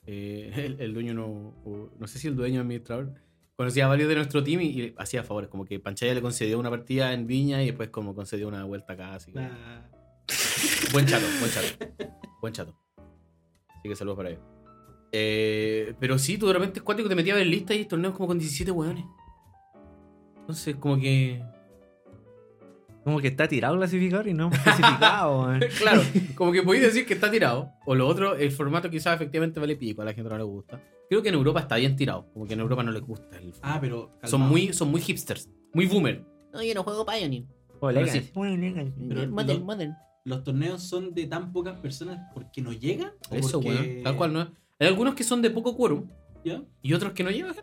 Eh, el, el dueño no. o no sé si el dueño administrador. Conocía a varios de nuestro team y, y hacía favores. Como que Panchaya le concedió una partida en Viña y después como concedió una vuelta acá. Así que.
Nah.
Buen chato, buen chato. Buen chato. Así que saludos para ellos. Eh, pero sí, tú de repente es cuático, te metías a ver listas y torneos como con 17 hueones. Entonces, como que.
Como que está tirado el clasificador y no especificado, weón.
Claro, como que podéis decir que está tirado. O lo otro, el formato quizás efectivamente vale pico, a la gente no le gusta. Creo que en Europa está bien tirado, como que en Europa no les gusta. el-
Ah, pero. calmado.
son, muy, son muy hipsters, muy boomer. No, yo no juego Pioneer.
O legal.
sí.
Bueno, legal.
Pero
Modern,
lo-
modern.
Los torneos son de tan pocas personas porque no llegan. o
Eso,
porque-
weón. Tal cual, ¿no? Hay algunos que son de poco quórum
¿Ya?
y otros que no llegan.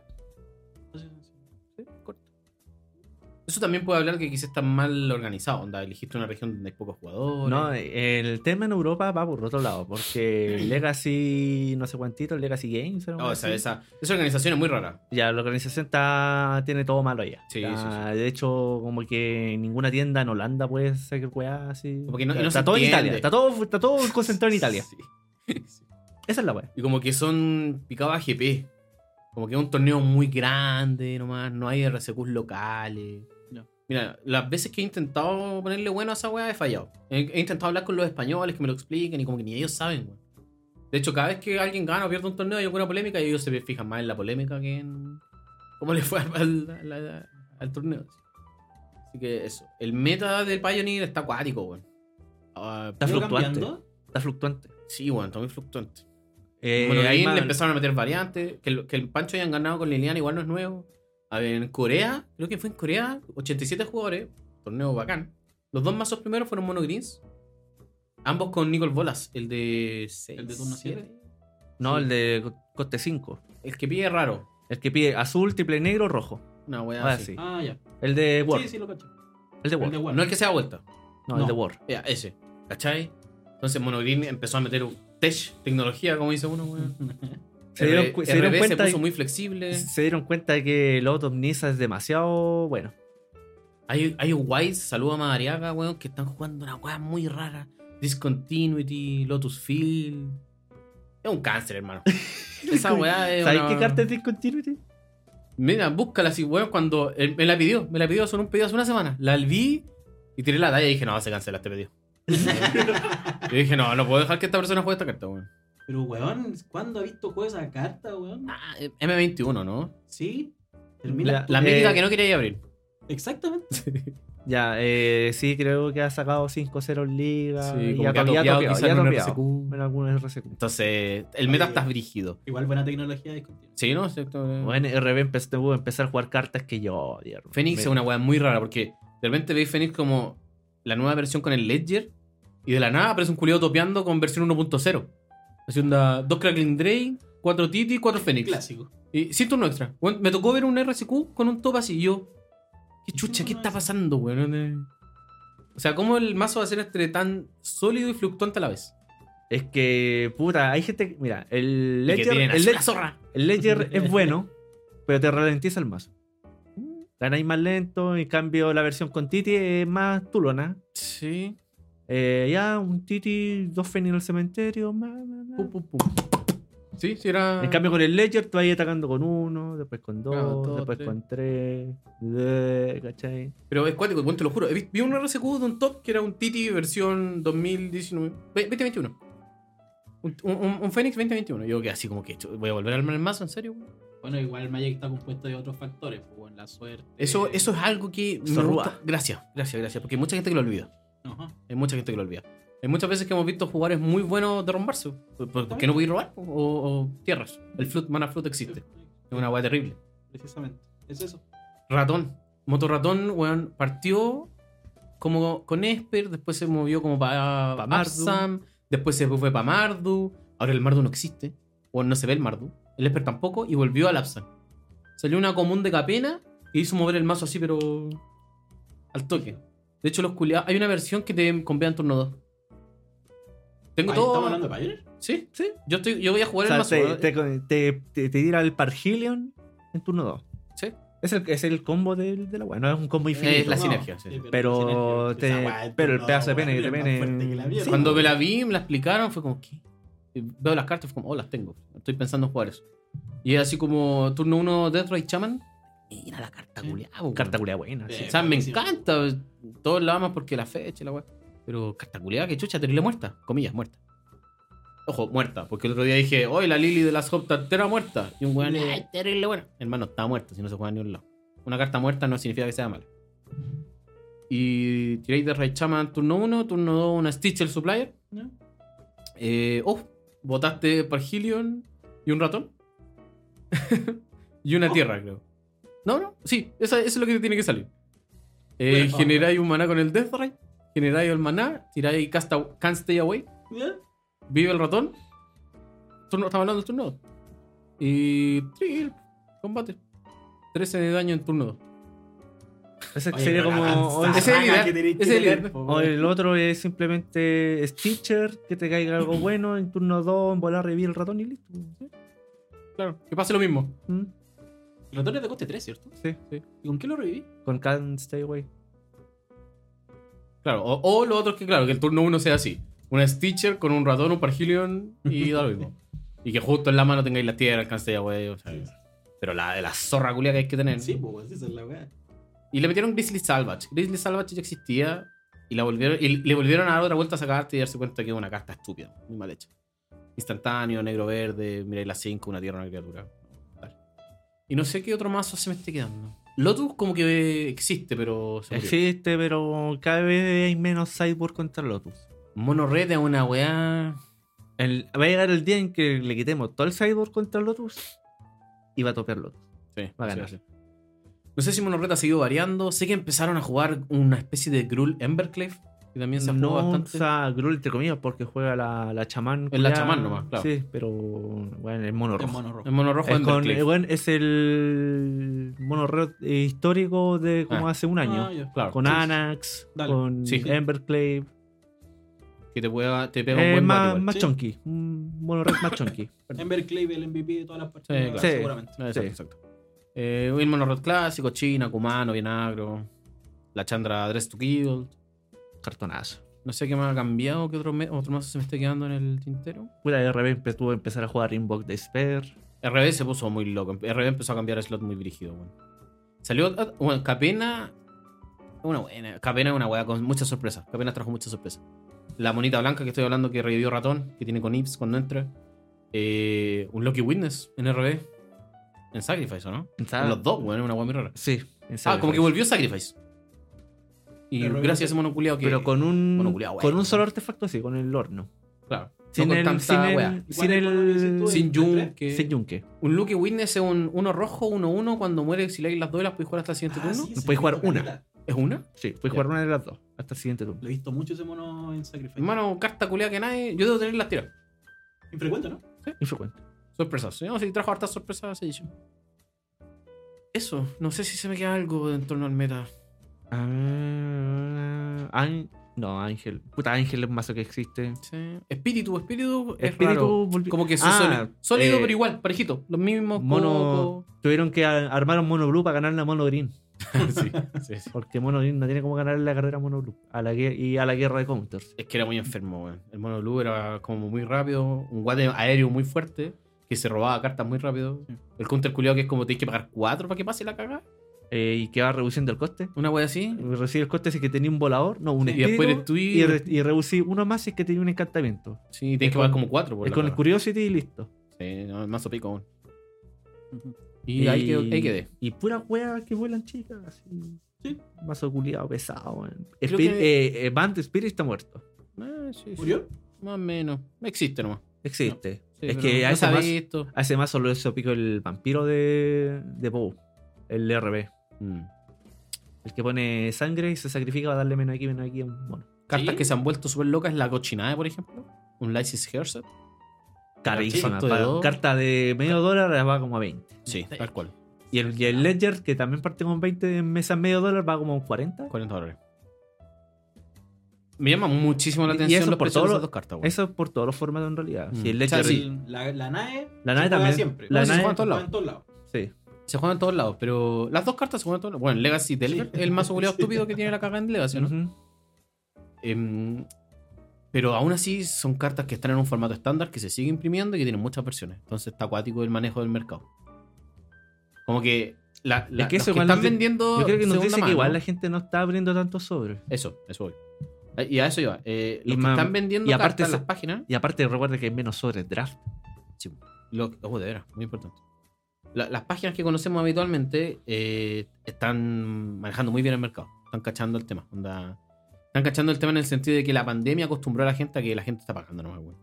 Eso también puede hablar que quizás está mal organizado. Onda, elegiste una región donde hay pocos jugadores.
No, el tema en Europa va por otro lado, porque Legacy, no sé cuántito, Legacy Games. era
No,
algo
esa,
así.
esa, esa organización es muy rara.
Ya, la organización está, tiene todo malo ya.
Sí,
Está-
sí,
De hecho, como que ninguna tienda en Holanda puede hacer weá así.
Como que no-
está,
no se
todo en
entiende.
Italia, está todo, está todo concentrado en Italia.
Sí.
Esa es la weá.
Y como que son picado a GP. Como que es un torneo muy grande nomás, no hay RCQs locales.
No.
Mira, las veces que he intentado ponerle bueno a esa weá he fallado. He, he intentado hablar con los españoles que me lo expliquen y como que ni ellos saben, weón. De hecho, cada vez que alguien gana o pierde un torneo hay alguna polémica y ellos se fijan más en la polémica que en cómo le fue al, al- al- al torneo. Así que eso. El meta del Pioneer está acuático, weón. Ah,
Está
¿Iba
fluctuante.
cambiando?
Está fluctuante.
sí, weón, está muy fluctuante.
Eh,
Bueno,
hay
ahí
más-
le empezaron a meter variantes. Que el, que el Pancho hayan ganado con Liliana igual no es nuevo. A ver, en Corea, creo que fue en Corea, 87 jugadores, torneo bacán. Los dos mazos primeros fueron Mono Greens. Ambos con Nicol Bolas, el de 6.
¿El de turno siete?
No, el de co- coste 5.
El que pide raro.
El que pide azul, triple negro, rojo.
Una weá
Ah,
así.
sí.
Ah, ya.
El de War.
Sí, sí, lo cacho.
El de
El
War.
de War.
No el que sea vuelta.
No,
No.
el de War.
Ya, ese. ¿Cachai? Entonces Mono Green empezó a meter un tech, tecnología, como dice uno, weón.
Se dieron
RB
cu- se dieron
se
cuenta
puso
y-
muy flexible.
Se dieron cuenta de que Lot of Nisa es demasiado bueno.
Hay, hay guays, saludo a Madariaga, weón, que están jugando una weá muy rara. Discontinuity, Lotus Field. Es un cáncer, hermano. Esa weá es.
¿Sabes
una-
qué carta es Discontinuity?
Mira, búscala así, weón, cuando. él me la pidió, me la pidió, son un pedido hace una semana. La vi y tiré la talla y dije, no, se cancela este pedido. y dije, no, no puedo dejar que esta persona juegue esta carta, weón.
Pero, weón, ¿cuándo ha visto juego esa carta, weón?
Ah, eh, M21, ¿no?
Sí. Termina.
La
Eh,
mítica que no quería abrir.
Exactamente.
Ya, eh, sí, creo que ha sacado 5-0 en Liga.
Sí,
Sí,
como
ya
que ha topeado
topeado, ya topeado,
quizá
ya
en un
topeado.
RCQ.
En algunos RCQ.
Entonces, el meta está brígido.
Igual buena tecnología discontinua.
Sí, ¿no? Exacto.
Bueno, RB empezó tuvo que empezar a jugar cartas que yo odio.
Fénix es una weá muy rara porque de repente veis Fénix como la nueva versión con el Ledger y de la nada aparece un culiado topeando con versión 1.0. Así onda, dos Crackling Drain, cuatro Titi, cuatro Fénix.
Clásico.
Y sin turno extra. Weón, me tocó ver un RSQ con un top así y yo. ¿Qué chucha? ¿Qué está pasando, weón? Eh, O sea, ¿cómo el mazo va a ser entre tan sólido y fluctuante a la vez?
Es que, puta, hay gente. que- Mira, el
Y que
Ledger,
tienen
el,
así
Led-
la zorra.
el Ledger es bueno, pero te ralentiza el mazo. Ganáis más lento, en cambio la versión con Titi es más tulona.
Sí.
Eh, ya, un Titi, dos Fénix en el cementerio. ma, ma, ma.
Pum, pum, pum. Sí, sí era.
En cambio con el Ledger tú vas atacando con uno, después con dos,
Claro, dos,
después
tres.
con tres, bleh, ¿cachai?
Pero es cuático, bueno, te lo juro. Vi, vi un RSQ de un top que era un Titi versión 2019. ve- 2021. Un, un, un- un Fénix 2021. Yo que así como que chu, voy a volver a armar el mazo, ¿en serio?
Bueno, igual Magic está compuesto de otros factores, pues, weón, la suerte.
Eso, eso es algo que me
Zorrúa.
gusta. Gracias, gracias, gracias. Porque hay mucha gente que lo olvida.
Ajá.
Hay mucha gente que lo olvida. Hay muchas veces que hemos visto jugadores muy buenos derrumbarse. ¿Por, por, por
Ah.
qué no voy a robar? O, o tierras. El flood, mana flood existe. Es una weá terrible.
Precisamente. Es eso.
Ratón. Motorratón, weón, partió como con Esper, después se movió como para
Pa' Mardu.
Sam, después se fue para Mardu. Ahora el Mardu no existe. O no se ve el Mardu. El Esper tampoco. Y volvió al Lapsan. Salió una común de Capena y hizo mover el mazo así, pero. al toque. De hecho, los culiados. Hay una versión que te convea en turno 2. Tengo
Ahí
todo.
¿Estamos hablando de Pioneer?
Sí, sí. Yo, estoy, yo voy a
O
jugar
sea,
el mazo. ¿eh?
te,
weón.
te- te- te- te tira el Parhelion en turno 2.
Sí.
Es el, es el combo del- de la weá, no es un combo infinito.
la
No,
sinergia, sí.
Pero
Esa
te-
weá es
pero el
turno
pedazo de
dos,
pene que
weón,
te
es
pene
más fuerte
en-
que la mierda.
Sí,
Cuando me la vi, me la explicaron, fue como, ¿qué? Y veo las cartas, fue como, oh, las tengo. Estoy pensando en jugar eso. Y es así como, turno 1, Death Ray Shaman. Mira la carta
Sí.
culiada,
Carta culia buena.
Sí.
sí.
O sea, me
Buenísimo.
encanta. Todos la aman porque la fecha, y la weá. Pero carta culiada, que chucha, terrible muerta. Comillas, muerta. Ojo, muerta. Porque el otro día dije, hoy la Lily de las Hoptas era muerta. Y un weón,
Sí.
ay, terrible buena. Hermano, está muerta, si no se juega ni un lado. Una carta muerta no significa que sea mala. y tiráis de Raid Shaman turno 1, turno 2 una Stitch el Supplier.
¿no?
Eh, oh, botaste Pargilion y un ratón. y una
Oh.
tierra, creo. No, no, sí, esa- eso es lo que te tiene que salir. Eh,
Bueno,
generáis un maná con el Death Ray, generáis el maná, tiráis cast aw- Can't Stay Away,
¿Ya?
vive el ratón. Turno, estamos hablando del turno 2. Y. Trill, combate. 13 de daño en turno 2.
Ese
Oye,
sería
pero la
como. o
manzana
Ese es el ideal,
que tenéis que
ese es el
tener,
ideal.
po,
O el otro es simplemente Stitcher, que te caiga algo bueno en turno 2, en volar, revivir el ratón y listo.
Claro, que pase lo mismo.
¿Mm?
El ratón es de coste 3, ¿cierto?
Sí,
¿Y con qué lo reviví?
Con Can't Stay Away.
Claro, o, o lo otro es que, claro, que el turno 1 sea así: una Stitcher con un ratón, un Pargilion y da lo mismo. Y que justo en la mano tengáis la tierra, alcance ya, wey. O sea, pero la, la zorra culia que hay que tener.
Sí, pues esa es la weá.
Y le metieron Grizzly Salvage. Grizzly Salvage ya existía y, la volvieron, y le volvieron a dar otra vuelta a esa carta y darse cuenta que es una carta estúpida, muy mal hecha. Instantáneo, negro verde, miráis las 5, una tierra, una criatura. Tal. Y no sé qué otro mazo se me esté quedando. Lotus como que existe, pero se murió.
Existe, pero cada vez hay menos cyborg contra Lotus.
Mono Red es una weá.
El- va a llegar el día en que le quitemos todo el cyborg contra Lotus y va a topear Lotus.
Sí,
Va a ganar.
sí, sí. No sé si Mono Red ha seguido variando. Sé que empezaron a jugar una especie de Gruul Emberclave, que también se ha jugado
No
bastante.
usa Gruul, entre comillas, porque juega la, la chamán.
Es la
culiá.
chamán nomás, claro.
Sí, pero bueno, el mono
El
rojo.
mono
El
rojo.
mono rojo
Es, con-
Emberclave.
eh, bueno, es el mono rojo eh, histórico de como
Ah.
hace un año.
Ah, ya.
Claro.
Con
Sí, sí.
Anax,
Dale.
con
Sí.
Emberclave.
Que te, pueda, te pega un
Eh,
buen bat
más
igual.
más
Sí.
chunky. Un mono rojo más chunky.
Ember Clave, el MVP de todas las partidas,
claro.
Sí.
seguramente. Ah,
No,
Sí.
Ah, exacto, exacto. Eh, un mono red clásico, China, Kumano, bien agro. La Chandra Dress to Kill.
Cartonazo.
No sé qué más ha cambiado, qué otro, me- otro mazo se me está quedando en el tintero.
Puta, de repente tuvo que empezar a jugar Inbox Despair.
RB se puso muy loco. RB empezó a cambiar slot muy brígido, weón. Salió. ah, Bueno, Capena. Una buena. Capena es una weá con muchas sorpresas. Capena trajo muchas sorpresas. La monita blanca que estoy hablando que revivió ratón, que tiene con Ips cuando entra. Eh, un Lucky Witness en RB. En Sacrifice, ¿o no?
¿Sabes?
En los dos, weón, es una weá muy rara.
Sí. en
Ah, como
Ah. Sacrifice.
que volvió Sacrifice. Y
Pero
gracias a ese monoculeado que.
Pero con un,
Bueno, culiao,
con
bueno.
un solo artefacto, sí, con el horno.
Claro. no
Sin
con
el,
tanta
sin
wea.
el,
¿Y
sin
cuál es el mono que
el,
dices tú?
sin,
Sin Yunque.
sin yunque.
Un Lucky Witness es un uno rojo, uno uno. Cuando muere, exiláis las dos y las podéis jugar hasta el siguiente
Ah,
turno.
sí, ese
Puedes jugar
mono
una.
caleta.
¿Es una?
Sí, puedes
Ya.
jugar una de las dos hasta el siguiente turno.
Lo he visto mucho ese mono en Sacrifice.
Hermano, carta culeada que nadie. Yo debo tener las tiras.
Infrecuente, ¿no?
Infrecuente.
Sorpresas. Sí, No, sí, trajo hartas sorpresas esa edición. Eso. No sé si se me queda algo en torno al meta.
Ah, Ángel- no, Ángel. Puta, Ángel es un mazo que existe.
Sí. Espíritu, espíritu. Es raro.
Espíritu volvió-
Como que es
Ah,
sólido, sólido,
eh,
pero igual, parejito. Los mismos
Mono. Tuvieron que a- armar un mono blue para ganar la mono green.
cocos. sí, sí, sí.
Porque mono green no tiene como ganar la carrera mono blue. A la, gue- y a la guerra de counters.
Es que era muy enfermo, weón. El mono blue era como muy rápido, un guate aéreo muy fuerte, que se robaba cartas muy rápido.
Sí.
El counter culiado que es como tienes que pagar cuatro para que pase la caga.
Eh, y que va reduciendo el coste.
Una wea así.
Recibe el coste si es que tenía un volador. No, un
Sí.
Y después
espíritu.
eres tú
y,
y.
re- y reducí uno más si es que tenía un encantamiento.
Sí, tienes
es
que pagar
con-
como cuatro por
Es
la
con el
caga.
Curiosity y listo.
Sí, no, el mazo pico aún.
Ujú.
Y, ahí quedó- ahí quedé.
Y pura wea que vuelan chicas. así.
Sí.
Mazo culiado pesado. weón.
Creo
Spirit-
que-
eh, eh, Band Spirit está muerto.
Ah, sí, sí.
¿Murió?
Más o menos. Existe nomás.
Existe.
Sí,
es
pero
que
no
a,
se
ese
ha
mazo,
visto.
a ese mazo lo hizo pico el vampiro de, de Poe. El RB.
Mm.
El que pone sangre y se sacrifica para darle menos aquí, menos aquí a un mono.
Cartas
Sí.
que se han vuelto súper locas, la cochinada, por ejemplo. Un Lysis Herset.
Carísima.
Sí,
para-
todo.
carta de medio dólar va como a 20.
Sí, tal cual.
Y el, y el Ledger, que también parte con 20 en mesa medio dólar, va como a un 40.
40 dólares. Me llama muchísimo la
Y- y
atención
eso
los
por
precios de
todo
esas
lo-
dos cartas, weón.
Eso es por todos los formatos en realidad.
Mm.
Si el
O sea,
Ledger,
sí.
La, la NAE.
La
se
NAE
juega
también.
Siempre.
La
No, sí,
NAE-
se juega en todos
lados.
lados.
sí.
Se juegan en todos lados, pero las dos cartas se juegan en todos lados. Bueno, Legacy Delver, el mazo goleado estúpido que tiene la caga en Legacy, ¿no?
Ujú.
Em, pero aún así son cartas que están en un formato estándar que se sigue imprimiendo y que tienen muchas versiones. Entonces está acuático el manejo del mercado. Como que, la, la-
Es que
los
eso
que
igual
están
nos di-
vendiendo.
Yo creo que nos
segunda
dice que
mano-
igual la gente no está abriendo tantos sobres.
Eso, eso voy. Y a eso iba. Eh, los
Y
que
mam-
están vendiendo
y aparte
cartas en
se-
las páginas.
Y aparte, recuerda que hay menos sobres draft.
Lo, oh, de veras, muy importante. la- las páginas que conocemos habitualmente eh, están manejando muy bien el mercado. Están cachando el tema. onda. Están cachando el tema en el sentido de que la pandemia acostumbró a la gente a que la gente está pagando nomás, weón.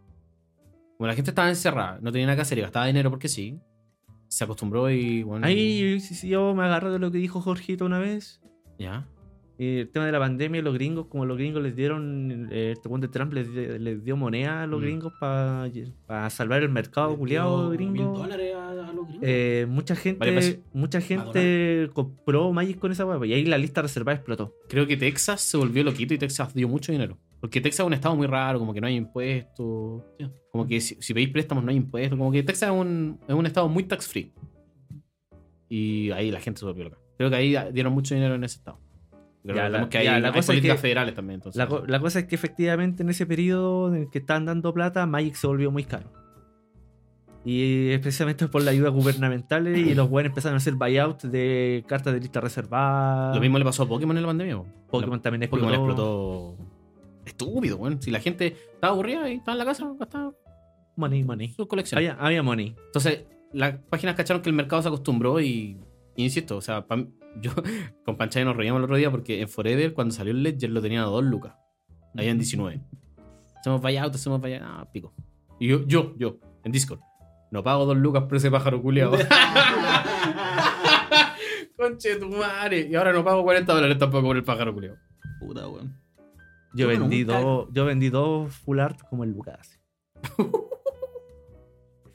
Como la gente estaba encerrada, no tenía nada que hacer y gastaba dinero porque sí. Se acostumbró y bueno.
Ahí yo, yo me agarro de lo que dijo Jorgito una vez.
Ya.
Eh, el tema de la pandemia, los gringos, como los gringos les dieron, eh, este weón de Trump les, les dio moneda a los
Mm.
gringos para salvar el mercado culiado
Mil
gringo.
dólares a, a los gringos.
Eh, mucha
Vale,
gente,
pues.
mucha gente compró Magic con esa hueá y ahí la lista reservada explotó.
Creo que Texas se volvió loquito y Texas dio mucho dinero. Porque Texas es un estado muy raro, como que no hay impuestos.
Ya.
Como que si, si pedís préstamos no hay impuestos. Como que Texas es un, es un estado muy tax free. Y ahí la gente se volvió loca. Creo que ahí dieron mucho dinero en ese estado. Pero
Ya,
recordemos
la-
que hay,
ya, la
hay
cosa es
políticas
que-
federales también. Entonces,
La, co- la cosa es que efectivamente en ese periodo en el que estaban dando plata, Magic se volvió muy caro. Y especialmente por la ayuda gubernamental y los buenos empezaron a hacer buyout de cartas de lista reservada.
Lo mismo le pasó a Pokémon en la pandemia. po.
Pokémon también
La- Pokémon explotó. Estúpido, weón. Si la gente estaba aburrida y estaba en la casa, gastaba
Money, money.
su colección.
Había, había money.
Entonces, las páginas cacharon que el mercado se acostumbró y, y insisto, o sea, pa- yo con Panchaya nos reíamos el otro día porque en Forever, cuando salió el Ledger, lo tenían a 2 lucas. Ahí en 19. Hacemos buyout, hacemos buyout. Ah, pico. Y yo, yo, yo, en Discord. No pago 2 lucas por ese pájaro culiado. Conche tu madre. Y ahora no pago 40 dólares tampoco por el pájaro culiado.
Puta, weón.
Yo
Yo
vendí,
nunca-
dos, yo vendí dos full art como el Lucas.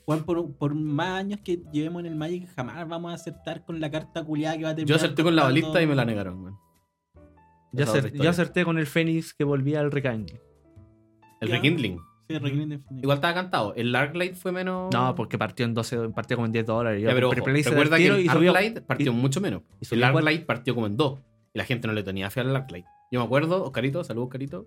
Juan, por, por más años que llevemos en el Magic, jamás vamos a aceptar con la carta culiada que va a tener.
Yo acerté con la balista y me la negaron, weón. Esa
Yo,
es otra
acer- yo
historia.
acerté con el Fénix que volvía al recange.
El
Ya.
rekindling.
Sí, Regreen Definition.
Igual estaba cantado. El Dark Light fue menos.
No, porque partió en 12, do- partió como en 10 dólares. Yo
Ya, pero
compré
ojo,
Playset al
recuerda que
tiro
el
y subió-
Arclight partió
y-
mucho menos.
y subió
el
cuatro.
Arclight partió como en dos. Y la gente no le tenía fe al Arclight. Yo me acuerdo, Oscarito, saludos Oscarito.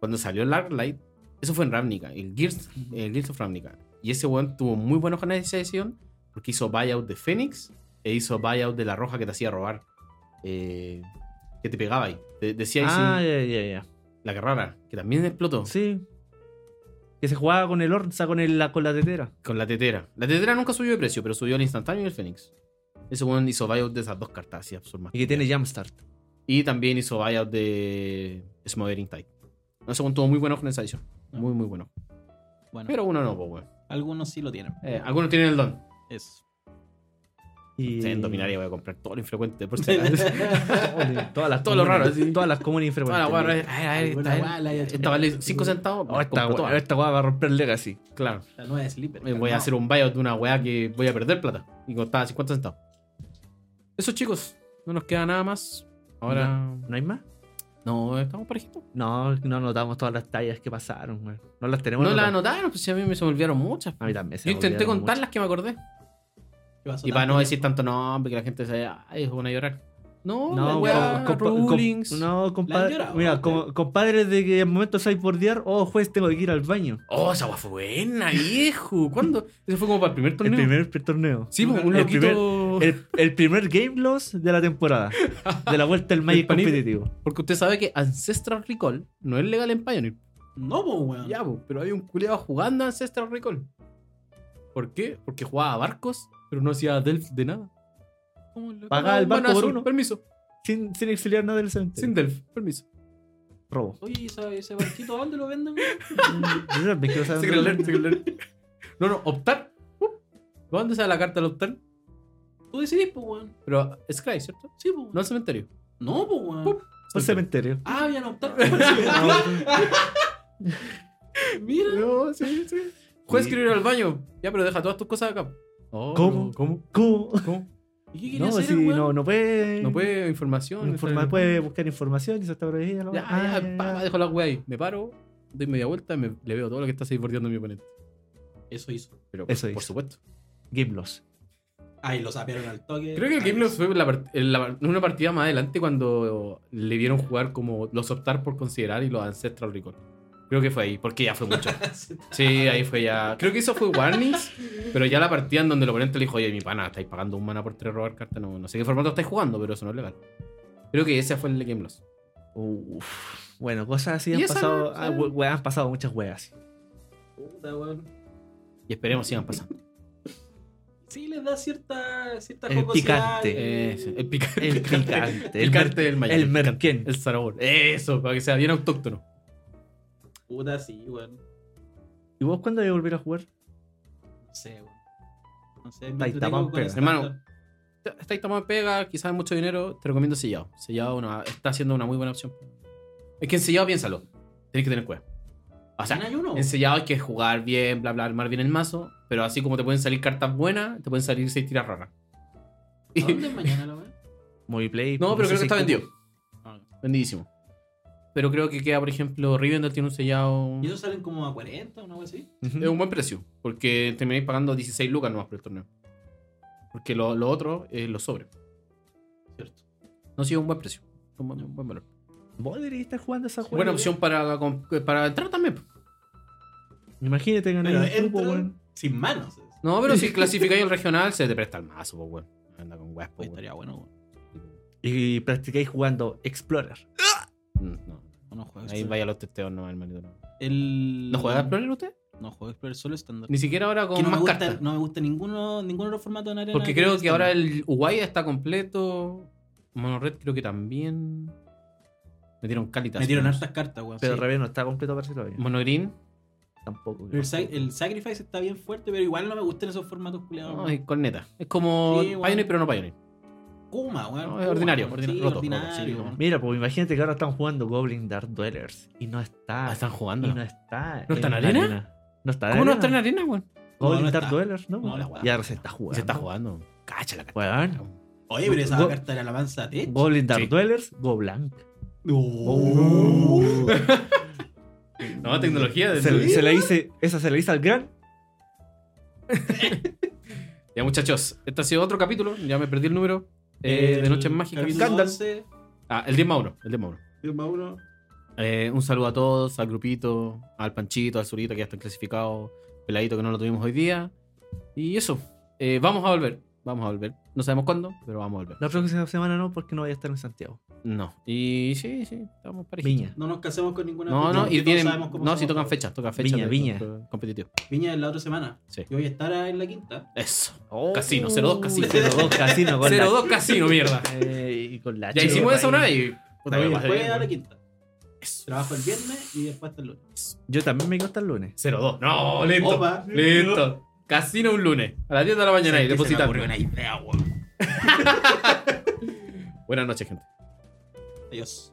Cuando salió el Arclight, eso fue en Ravnica, el Gears, el Gears of Ravnica. Y ese weón tuvo muy buenos canales de sesión porque hizo buyout de Phoenix e hizo buyout de la roja que te hacía robar. eh, que te pegaba ahí. De- decía ahí
Ah,
sí,
ya, ya, ya.
la carrara, que también explotó
Sí. Que se jugaba con el Ornza, con, el- la, con la tetera.
con la tetera. La tetera nunca subió de precio, pero subió al instantáneo y el Phoenix. Ese weón hizo buyout de esas dos cartas, así absurdo. más
Y que
culiao.
tiene Jumpstart.
Y también hizo buyout de Smothering Tide. No sé, tuvo muy buenos con esa edición.
Ah.
Muy, muy bueno.
Bueno,
Pero uno no, pues, weón.
algunos sí lo tienen.
Eh, algunos tienen el don.
Eso.
Y...
Sí, en Dominaria voy a comprar todo lo infrecuente, por si acaso.
Ole, Todas las
Todo lo
comunes-
raro, sí.
Todas las comunes
Bueno,
infrecuentes.
bueno, a ver, a ver,
Alguna
esta-
guay la haya hecho.
Esta vale 5 centavos.
Oh, esta,
compro
weá, eh,
todas.
esta weá va a romper Legacy.
Claro.
La nueva Slipper.
Me Voy a hacer un buyout de una weá que voy a perder plata. Y costaba 50 centavos. Eso, chicos. No nos queda nada más. Ahora.
¿No hay más?
No, estamos parejitos.
No, no notamos todas las tallas que pasaron, weón. No las tenemos.
No la
anotadas.
anotaron, pues si a mí me se me olvidaron muchas.
A mí también. se
Yo
me
intenté
olvidaron
contar las que me acordé. Y para no decir tanto nombre, que la gente se ay, van a llorar. No,
mucho.
la
No,
weá,
compa- compa-
rulings.
comp- no,
La
compadre.
han llorado,
mira,
¿no?
co- compadre, de que el momento soy bordear, oh, juez, tengo que ir al baño.
Oh, esa weá fue buena, viejo. ¿Cuándo? Eso fue como para el primer
El
torneo.
primer torneo.
Sí, pues, un
El
loquito.
El, el primer game loss de la temporada. De la vuelta al Magic
panito.
competitivo.
Porque usted sabe que Ancestral Recall no es legal en Pioneer.
No, po, weón.
Ya, pues, pero hay un culeado jugando Ancestral Recall. ¿Por qué? Porque jugaba a barcos, pero no hacía delf de nada. ¿Cómo le-
Pagaba el
un
barco
banazo,
por uno.
Permiso.
Sin, sin exiliar nada del cementerio.
Sin delf, permiso.
robo.
Oye, ¿esa- ese barquito, ¿a dónde lo venden? weón?
Yo también quiero saber
Secret
dónde-
alert, secret alert. No, no, optar. Uh, ¿Dónde sale la carta del optar?
Tú decidís, po, weón.
Pero es Cry, ¿cierto?
Sí, po.
No el cementerio.
No, po, weón.
Pup.
Fue al cementerio.
Ah, habían optado. Mira.
No, sí, sí. Juez quiero ir al baño. Ya, pero deja todas tus cosas acá. Oh,
¿Cómo?
¿Cómo?
¿Cómo?
¿Cómo?
¿Y qué quería
No,
hacer,
si
el weón?
no, no puede.
No puede información.
Informa-
está-
puede buscar información, quizás está prohibida. la-
Ya,
Ah,
ya, pa, pa, dejo la wea ahí. Me paro, doy media vuelta, me, le veo todo lo que está ahí bordeando a mi oponente.
Eso hizo.
Pero,
Eso
por
hizo.
supuesto.
Game loss.
Ah, y lo sapearon al toque.
Creo que el
Ah,
Game Loss fue la part- en la- en una partida más adelante cuando le vieron jugar como los optar por considerar y los Ancestral Recall. Creo que fue ahí, porque ya fue mucho. Sí, ahí fue ya. Creo que eso fue Warnings, pero ya la partida en donde el oponente le dijo, oye, mi pana, estáis pagando un mana por tres robar cartas. No, no sé qué formato estáis jugando, pero eso no es legal. Creo que ese fue el Game Loss.
Uf. Bueno, cosas así han
Y esa no-
pasado. ah, we- we- han pasado muchas weas.
Puta, weón.
Y esperemos sigan pasando.
Sí, les da cierta, cierta
El
jocosidad
picante.
y-
Eso, Eh, el picante.
El picante.
El picante del Miami.
El merquén.
El sabor. Eso, para que sea bien autóctono.
Puta, sí, weón. No
¿Y vos cuándo vais a volver a jugar?
sé, weón. No sé,
Ahí está,
entretengo
pan, pero,
esa
Este, hermano.
onda.
Está ahí tomando pega, quizás mucho dinero. Te recomiendo sellado. Sellado una- está siendo una muy buena opción. Es que en sellado piénsalo. Tienes que tener cuidado. O sea,
¿También hay uno?
en sellado hay que jugar bien, bla, bla, armar bien el mazo. Pero así como te pueden salir cartas buenas, te pueden salir seis tiras raras.
¿A dónde es mañana la weón?
Moviplay.
No, pero creo que está vendido.
Ah.
Vendidísimo. Pero creo que queda, por ejemplo, Rivendell tiene un sellado.
¿Y esos salen como a 40 o una weón así?
Es un buen precio, porque termináis pagando 16 lucas nomás por el torneo. Porque lo, lo otro es los sobres.
Cierto.
No, sí, es un buen precio. Un buen, un buen valor.
Vos deberías estar jugando esa juego.
Buena opción para, com- para entrar también. po.
Imagínate ganar
Pero
un grupo,
entran
weón.
sin manos. Pues,
No, pero si clasificáis el regional, se te presta el mazo, pues, weón. Anda con weas, po,
Pues
weón.
estaría bueno, weón.
Y practicáis jugando Explorer.
Mm, No,
No, no juega
ahí
Explorer.
vaya a los testeos nomás, hermanito. No.
El...
¿No juega a Explorer usted?
No juega Explorer, solo estándar.
Ni siquiera ahora con
Que no, me
más
gusta,
cartas.
no me gusta ninguno, ninguno de los formatos en arena.
porque creo que ahora
estándar.
el Uguay está completo. Monorred creo que también. Metieron calitas.
Metieron hartas cartas, weón.
Pero
sí.
Revés no está completo para Barcelona.
Monogreen.
Tampoco.
Pero el, sac- el Sacrifice está bien fuerte, pero igual no me gustan esos formatos culiados.
No, es corneta. Es como
Sí, bueno.
Pioneer, pero no Pioneer.
Kuma, weón.
No, es
Kuma,
ordinario,
weón.
ordinario,
Sí,
roto, roto, sí,
ordinario.
weón.
Mira, pues imagínate que ahora están jugando Goblin Dark Dwellers. Y no está.
Ah, están
y
jugando.
no está.
¿No está en
la
arena?
No está en
¿Cómo no
arena.
está en arena, weón?
Goblin
No, no
Dark
está.
Dwellers, ¿no?
No, la weá.
y ahora se está jugando.
Se está jugando. Cacha la carta.
Weón.
Oye, pero esa
Go-
carta de alabanza de
Goblin Dark
Sí.
Dwellers, Goblank.
Oh.
No, tecnología de
Se, se la hice, esa se la hice al gran.
Ya, muchachos, este ha sido otro capítulo. Ya me perdí el número. eh, de Noches Mágicas.
Capítulo
Gandalf.
11,
Ah, el 10 más 1. El 10 más uno.
Dios más uno.
Eh, un saludo a todos, al grupito, al Panchito, al Zurito que ya están clasificados, peladito que no lo tuvimos hoy día. Y eso, eh, vamos a volver, vamos a volver. No sabemos cuándo, pero vamos a volver.
La próxima semana no, porque no voy a estar en Santiago.
No. Y sí, sí, estamos parejitos.
Viña.
No nos casemos con ninguna.
No,
fecha,
no,
porque
y tienen.
sabemos cómo
No,
somos,
si tocan
pero-
fechas, tocan fechas.
Viña,
de-
Viña.
de- Competitivo.
Viña es la otra semana.
Sí.
Yo voy a estar en la quinta.
Eso. Casino, 02 casino.
02 casino, con la-
0-2 casino, mierda.
Eh, y con la
Ya
chiva
hicimos
ahí.
eso una vez y. puta,
Voy
me pasé
después
bien,
a la
weón.
quinta. Trabajo el viernes y después hasta el lunes.
Yo también me quedo hasta el lunes.
0-2. No, listo.
Opa.
Listo. Casino un lunes. A las 10 de la mañana ahí,
Se me
depositando.
ocurrió una idea, weón.
Buenas noches, gente.
Adiós.